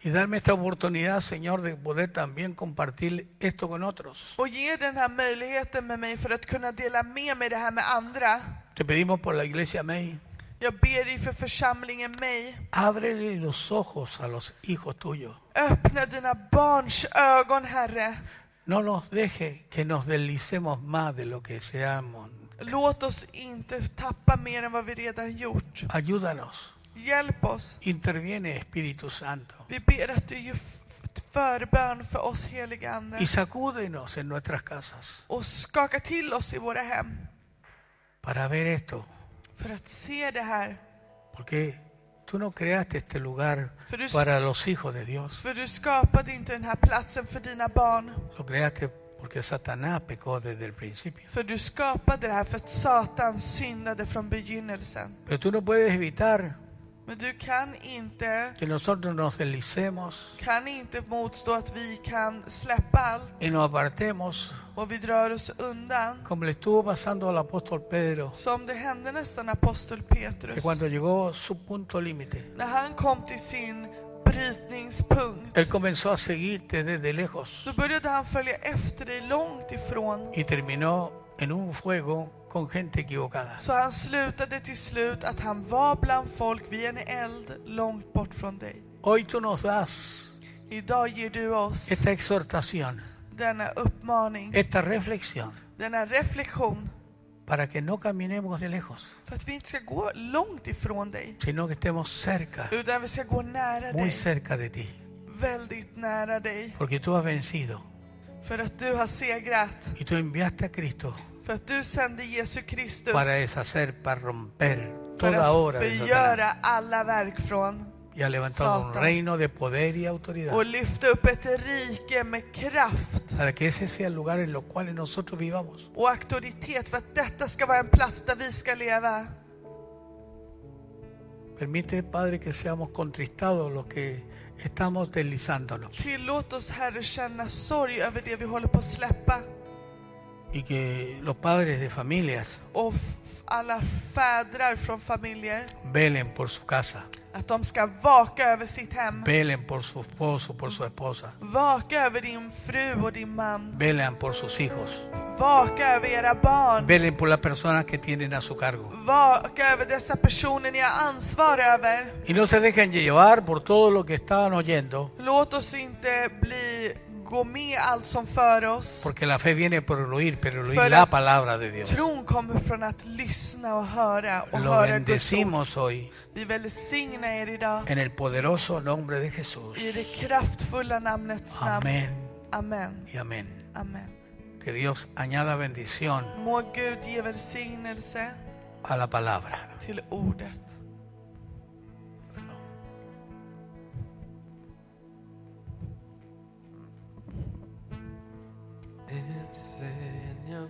S1: y darme esta oportunidad, Señor, de poder también compartir esto con otros.
S2: och ge den här möjligheten med mig för att kunna dela med mig det här med andra.
S1: Te pedimos por la iglesia May,
S2: Jag ber dig för församlingen mig.
S1: ábrele los ojos a los hijos tuyos.
S2: Öppna dina barns ögon, Herre.
S1: No nos deje que nos deslicemos más de lo que seamos.
S2: Låt oss inte tappa mer än vad vi redan gjort.
S1: Ayúdanos.
S2: Hjälp oss.
S1: Interviene Espíritu Santo.
S2: Vi ber att du gör f- f- förbön för oss, heliga Ande,
S1: y sacúdenos en nuestras casas
S2: och skaka till oss i våra hem
S1: para ver esto,
S2: för att se det här.
S1: porque tú no creaste este lugar
S2: Pero es-
S1: para los hijos de Dios,
S2: För du skapade inte den här platsen för dina barn.
S1: lo creaste porque Satanás pecó desde el principio.
S2: För du skapade det här för att Satan syndade från begynnelsen.
S1: Pero tú no puedes evitar
S2: Men du kan inte,
S1: que nosotros nos deslicemos
S2: kan inte motstå att vi kan släppa allt
S1: y nos apartemos,
S2: och vi drar oss undan.
S1: como le estuvo pasando al apóstol Pedro,
S2: Som det hände nästan apostel
S1: que
S2: Petrus.
S1: cuando llegó a su punto límite,
S2: När han kom till sin brytningspunkt
S1: él comenzó a seguirte desde lejos
S2: så började han följa efter dig långt ifrån.
S1: y terminó en un fuego con gente equivocada.
S2: Så han slutade till slut att han var bland folk vid en eld långt bort från dig.
S1: Hoy tú nos das
S2: Idag ger du oss
S1: esta exhortación,
S2: denna uppmaning,
S1: esta reflexión,
S2: denna reflektion
S1: para que no caminemos de lejos,
S2: för att vi inte ska gå långt ifrån dig
S1: sino que estemos cerca,
S2: utan vi ska gå nära
S1: muy
S2: dig,
S1: cerca de ti,
S2: väldigt nära dig.
S1: porque tú has vencido
S2: För att du har segrat,
S1: y tú enviaste a Cristo
S2: för att du sände Jesu Kristus
S1: para deshacer, para romper
S2: för
S1: toda
S2: att
S1: obra de Satanás.
S2: förgöra alla verk från
S1: y ha levantado un
S2: Satan.
S1: reino de poder y autoridad
S2: och lyfta upp ett rike med kraft
S1: para que ese sea el lugar en los cuales nosotros vivamos.
S2: och auktoritet för att detta ska vara en plats där vi ska leva.
S1: Permite, Padre, que seamos contristados los que estamos deslizándonos
S2: Tillåt oss Herre känna sorg över det vi håller på att släppa
S1: y que los padres de familias
S2: och f- alla fädrar från familjer
S1: velen por su casa,
S2: att de ska vaka över sitt hem.
S1: velen por su esposo, por su esposa,
S2: Vaka över din fru och din man.
S1: velan por sus hijos,
S2: Vaka över era barn.
S1: velen por las personas que tienen a su cargo.
S2: Vaka över dessa personer ni har ansvar över.
S1: Y no se dejen llevar por todo lo que estaban oyendo,
S2: Låt oss inte bli, gå med allt som för oss.
S1: porque la fe viene por el oír, pero el oír
S2: Fuera-
S1: la palabra de Dios.
S2: Tron kommer från att lyssna och höra och
S1: Lo
S2: höra Guds ord.
S1: bendecimos hoy
S2: Vi välsignar er idag
S1: en el poderoso nombre de Jesús.
S2: i det kraftfulla namnets namn.
S1: Amén
S2: Amen.
S1: y amén.
S2: Amen.
S1: Que Dios añada bendición
S2: Må Gud ge välsignelse
S1: a la palabra.
S2: till ordet.
S3: Enséñame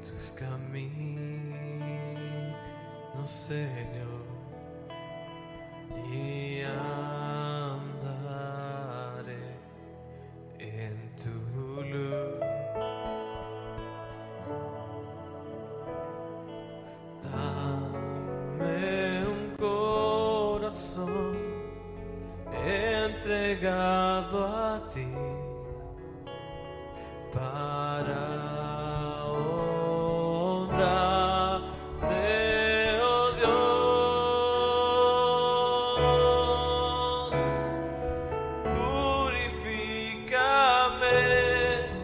S3: tus caminos, Señor, y andaré en tu luz. Dame un corazón entregado a ti para honrarte, oh Dios. Purifícame,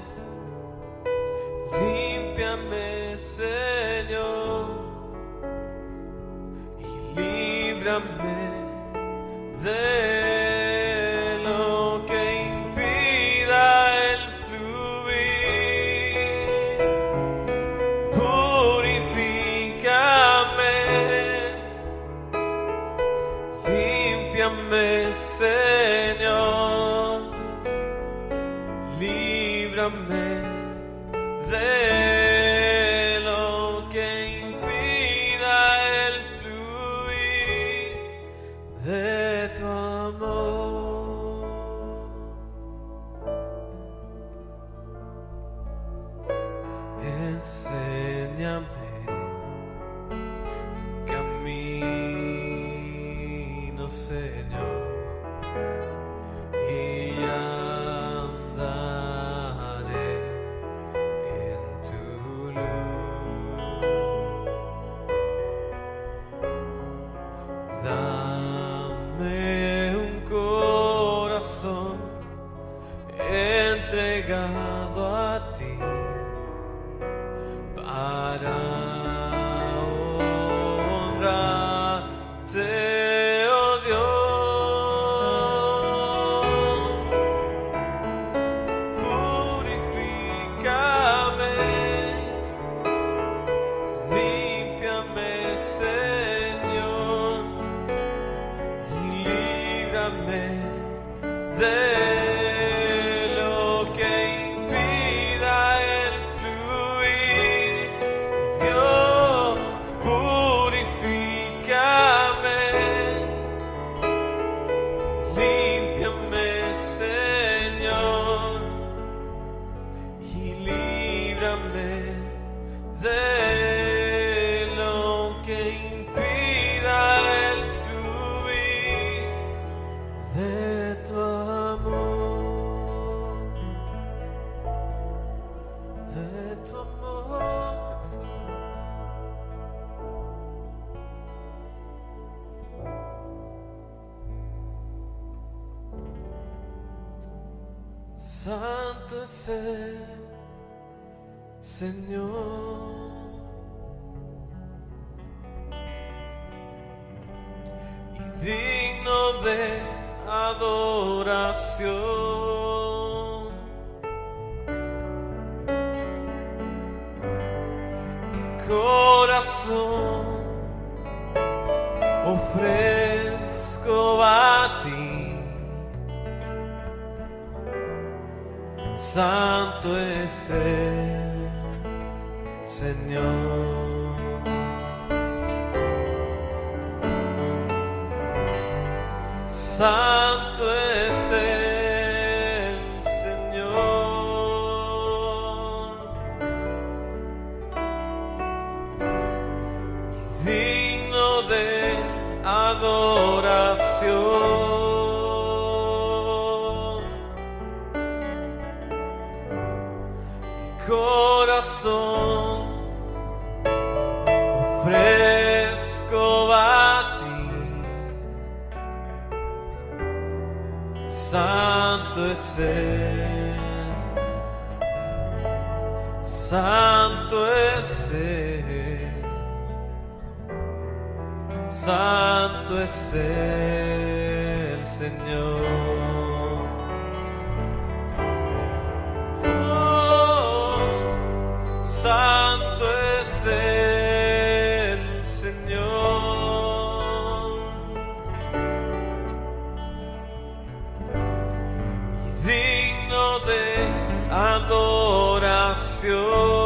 S3: límpiame, Señor, y líbrame de lo que impida el fluir. Purifícame, límpiame, Señor, líbrame de lo que impida el fluir de tu amor. Enséñame tu camino, Señor, y andaré en tu luz. Dame un corazón entregado a ti para honrarte, oh Dios. Santo es el Señor. Y digno de adoración. Mi Corazón ofrezco a ti. Santo es el Señor. Santo es el Señor. digno de adoración. Mi corazón ofrezco a ti, santo es él, santo es él. Santo es el Señor. Oh, Santo es el Señor. Y digno de adoración.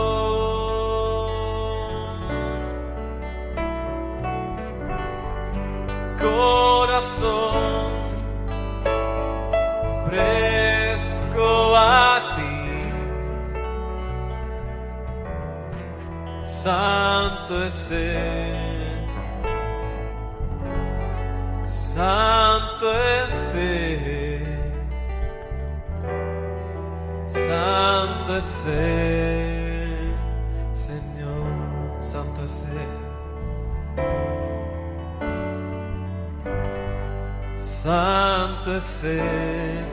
S3: corazón ofrezco a ti. Santo es él, santo es él, santo es él, Señor, santo es él. Santo es Él.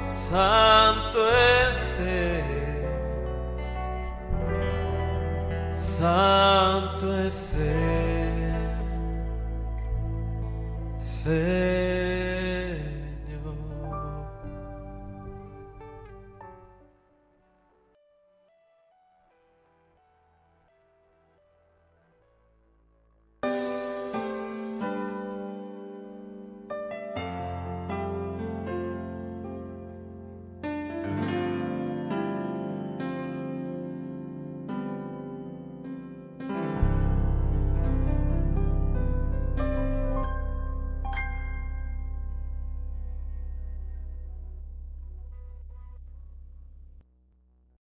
S3: Santo es Él. Santo es Él. Señor.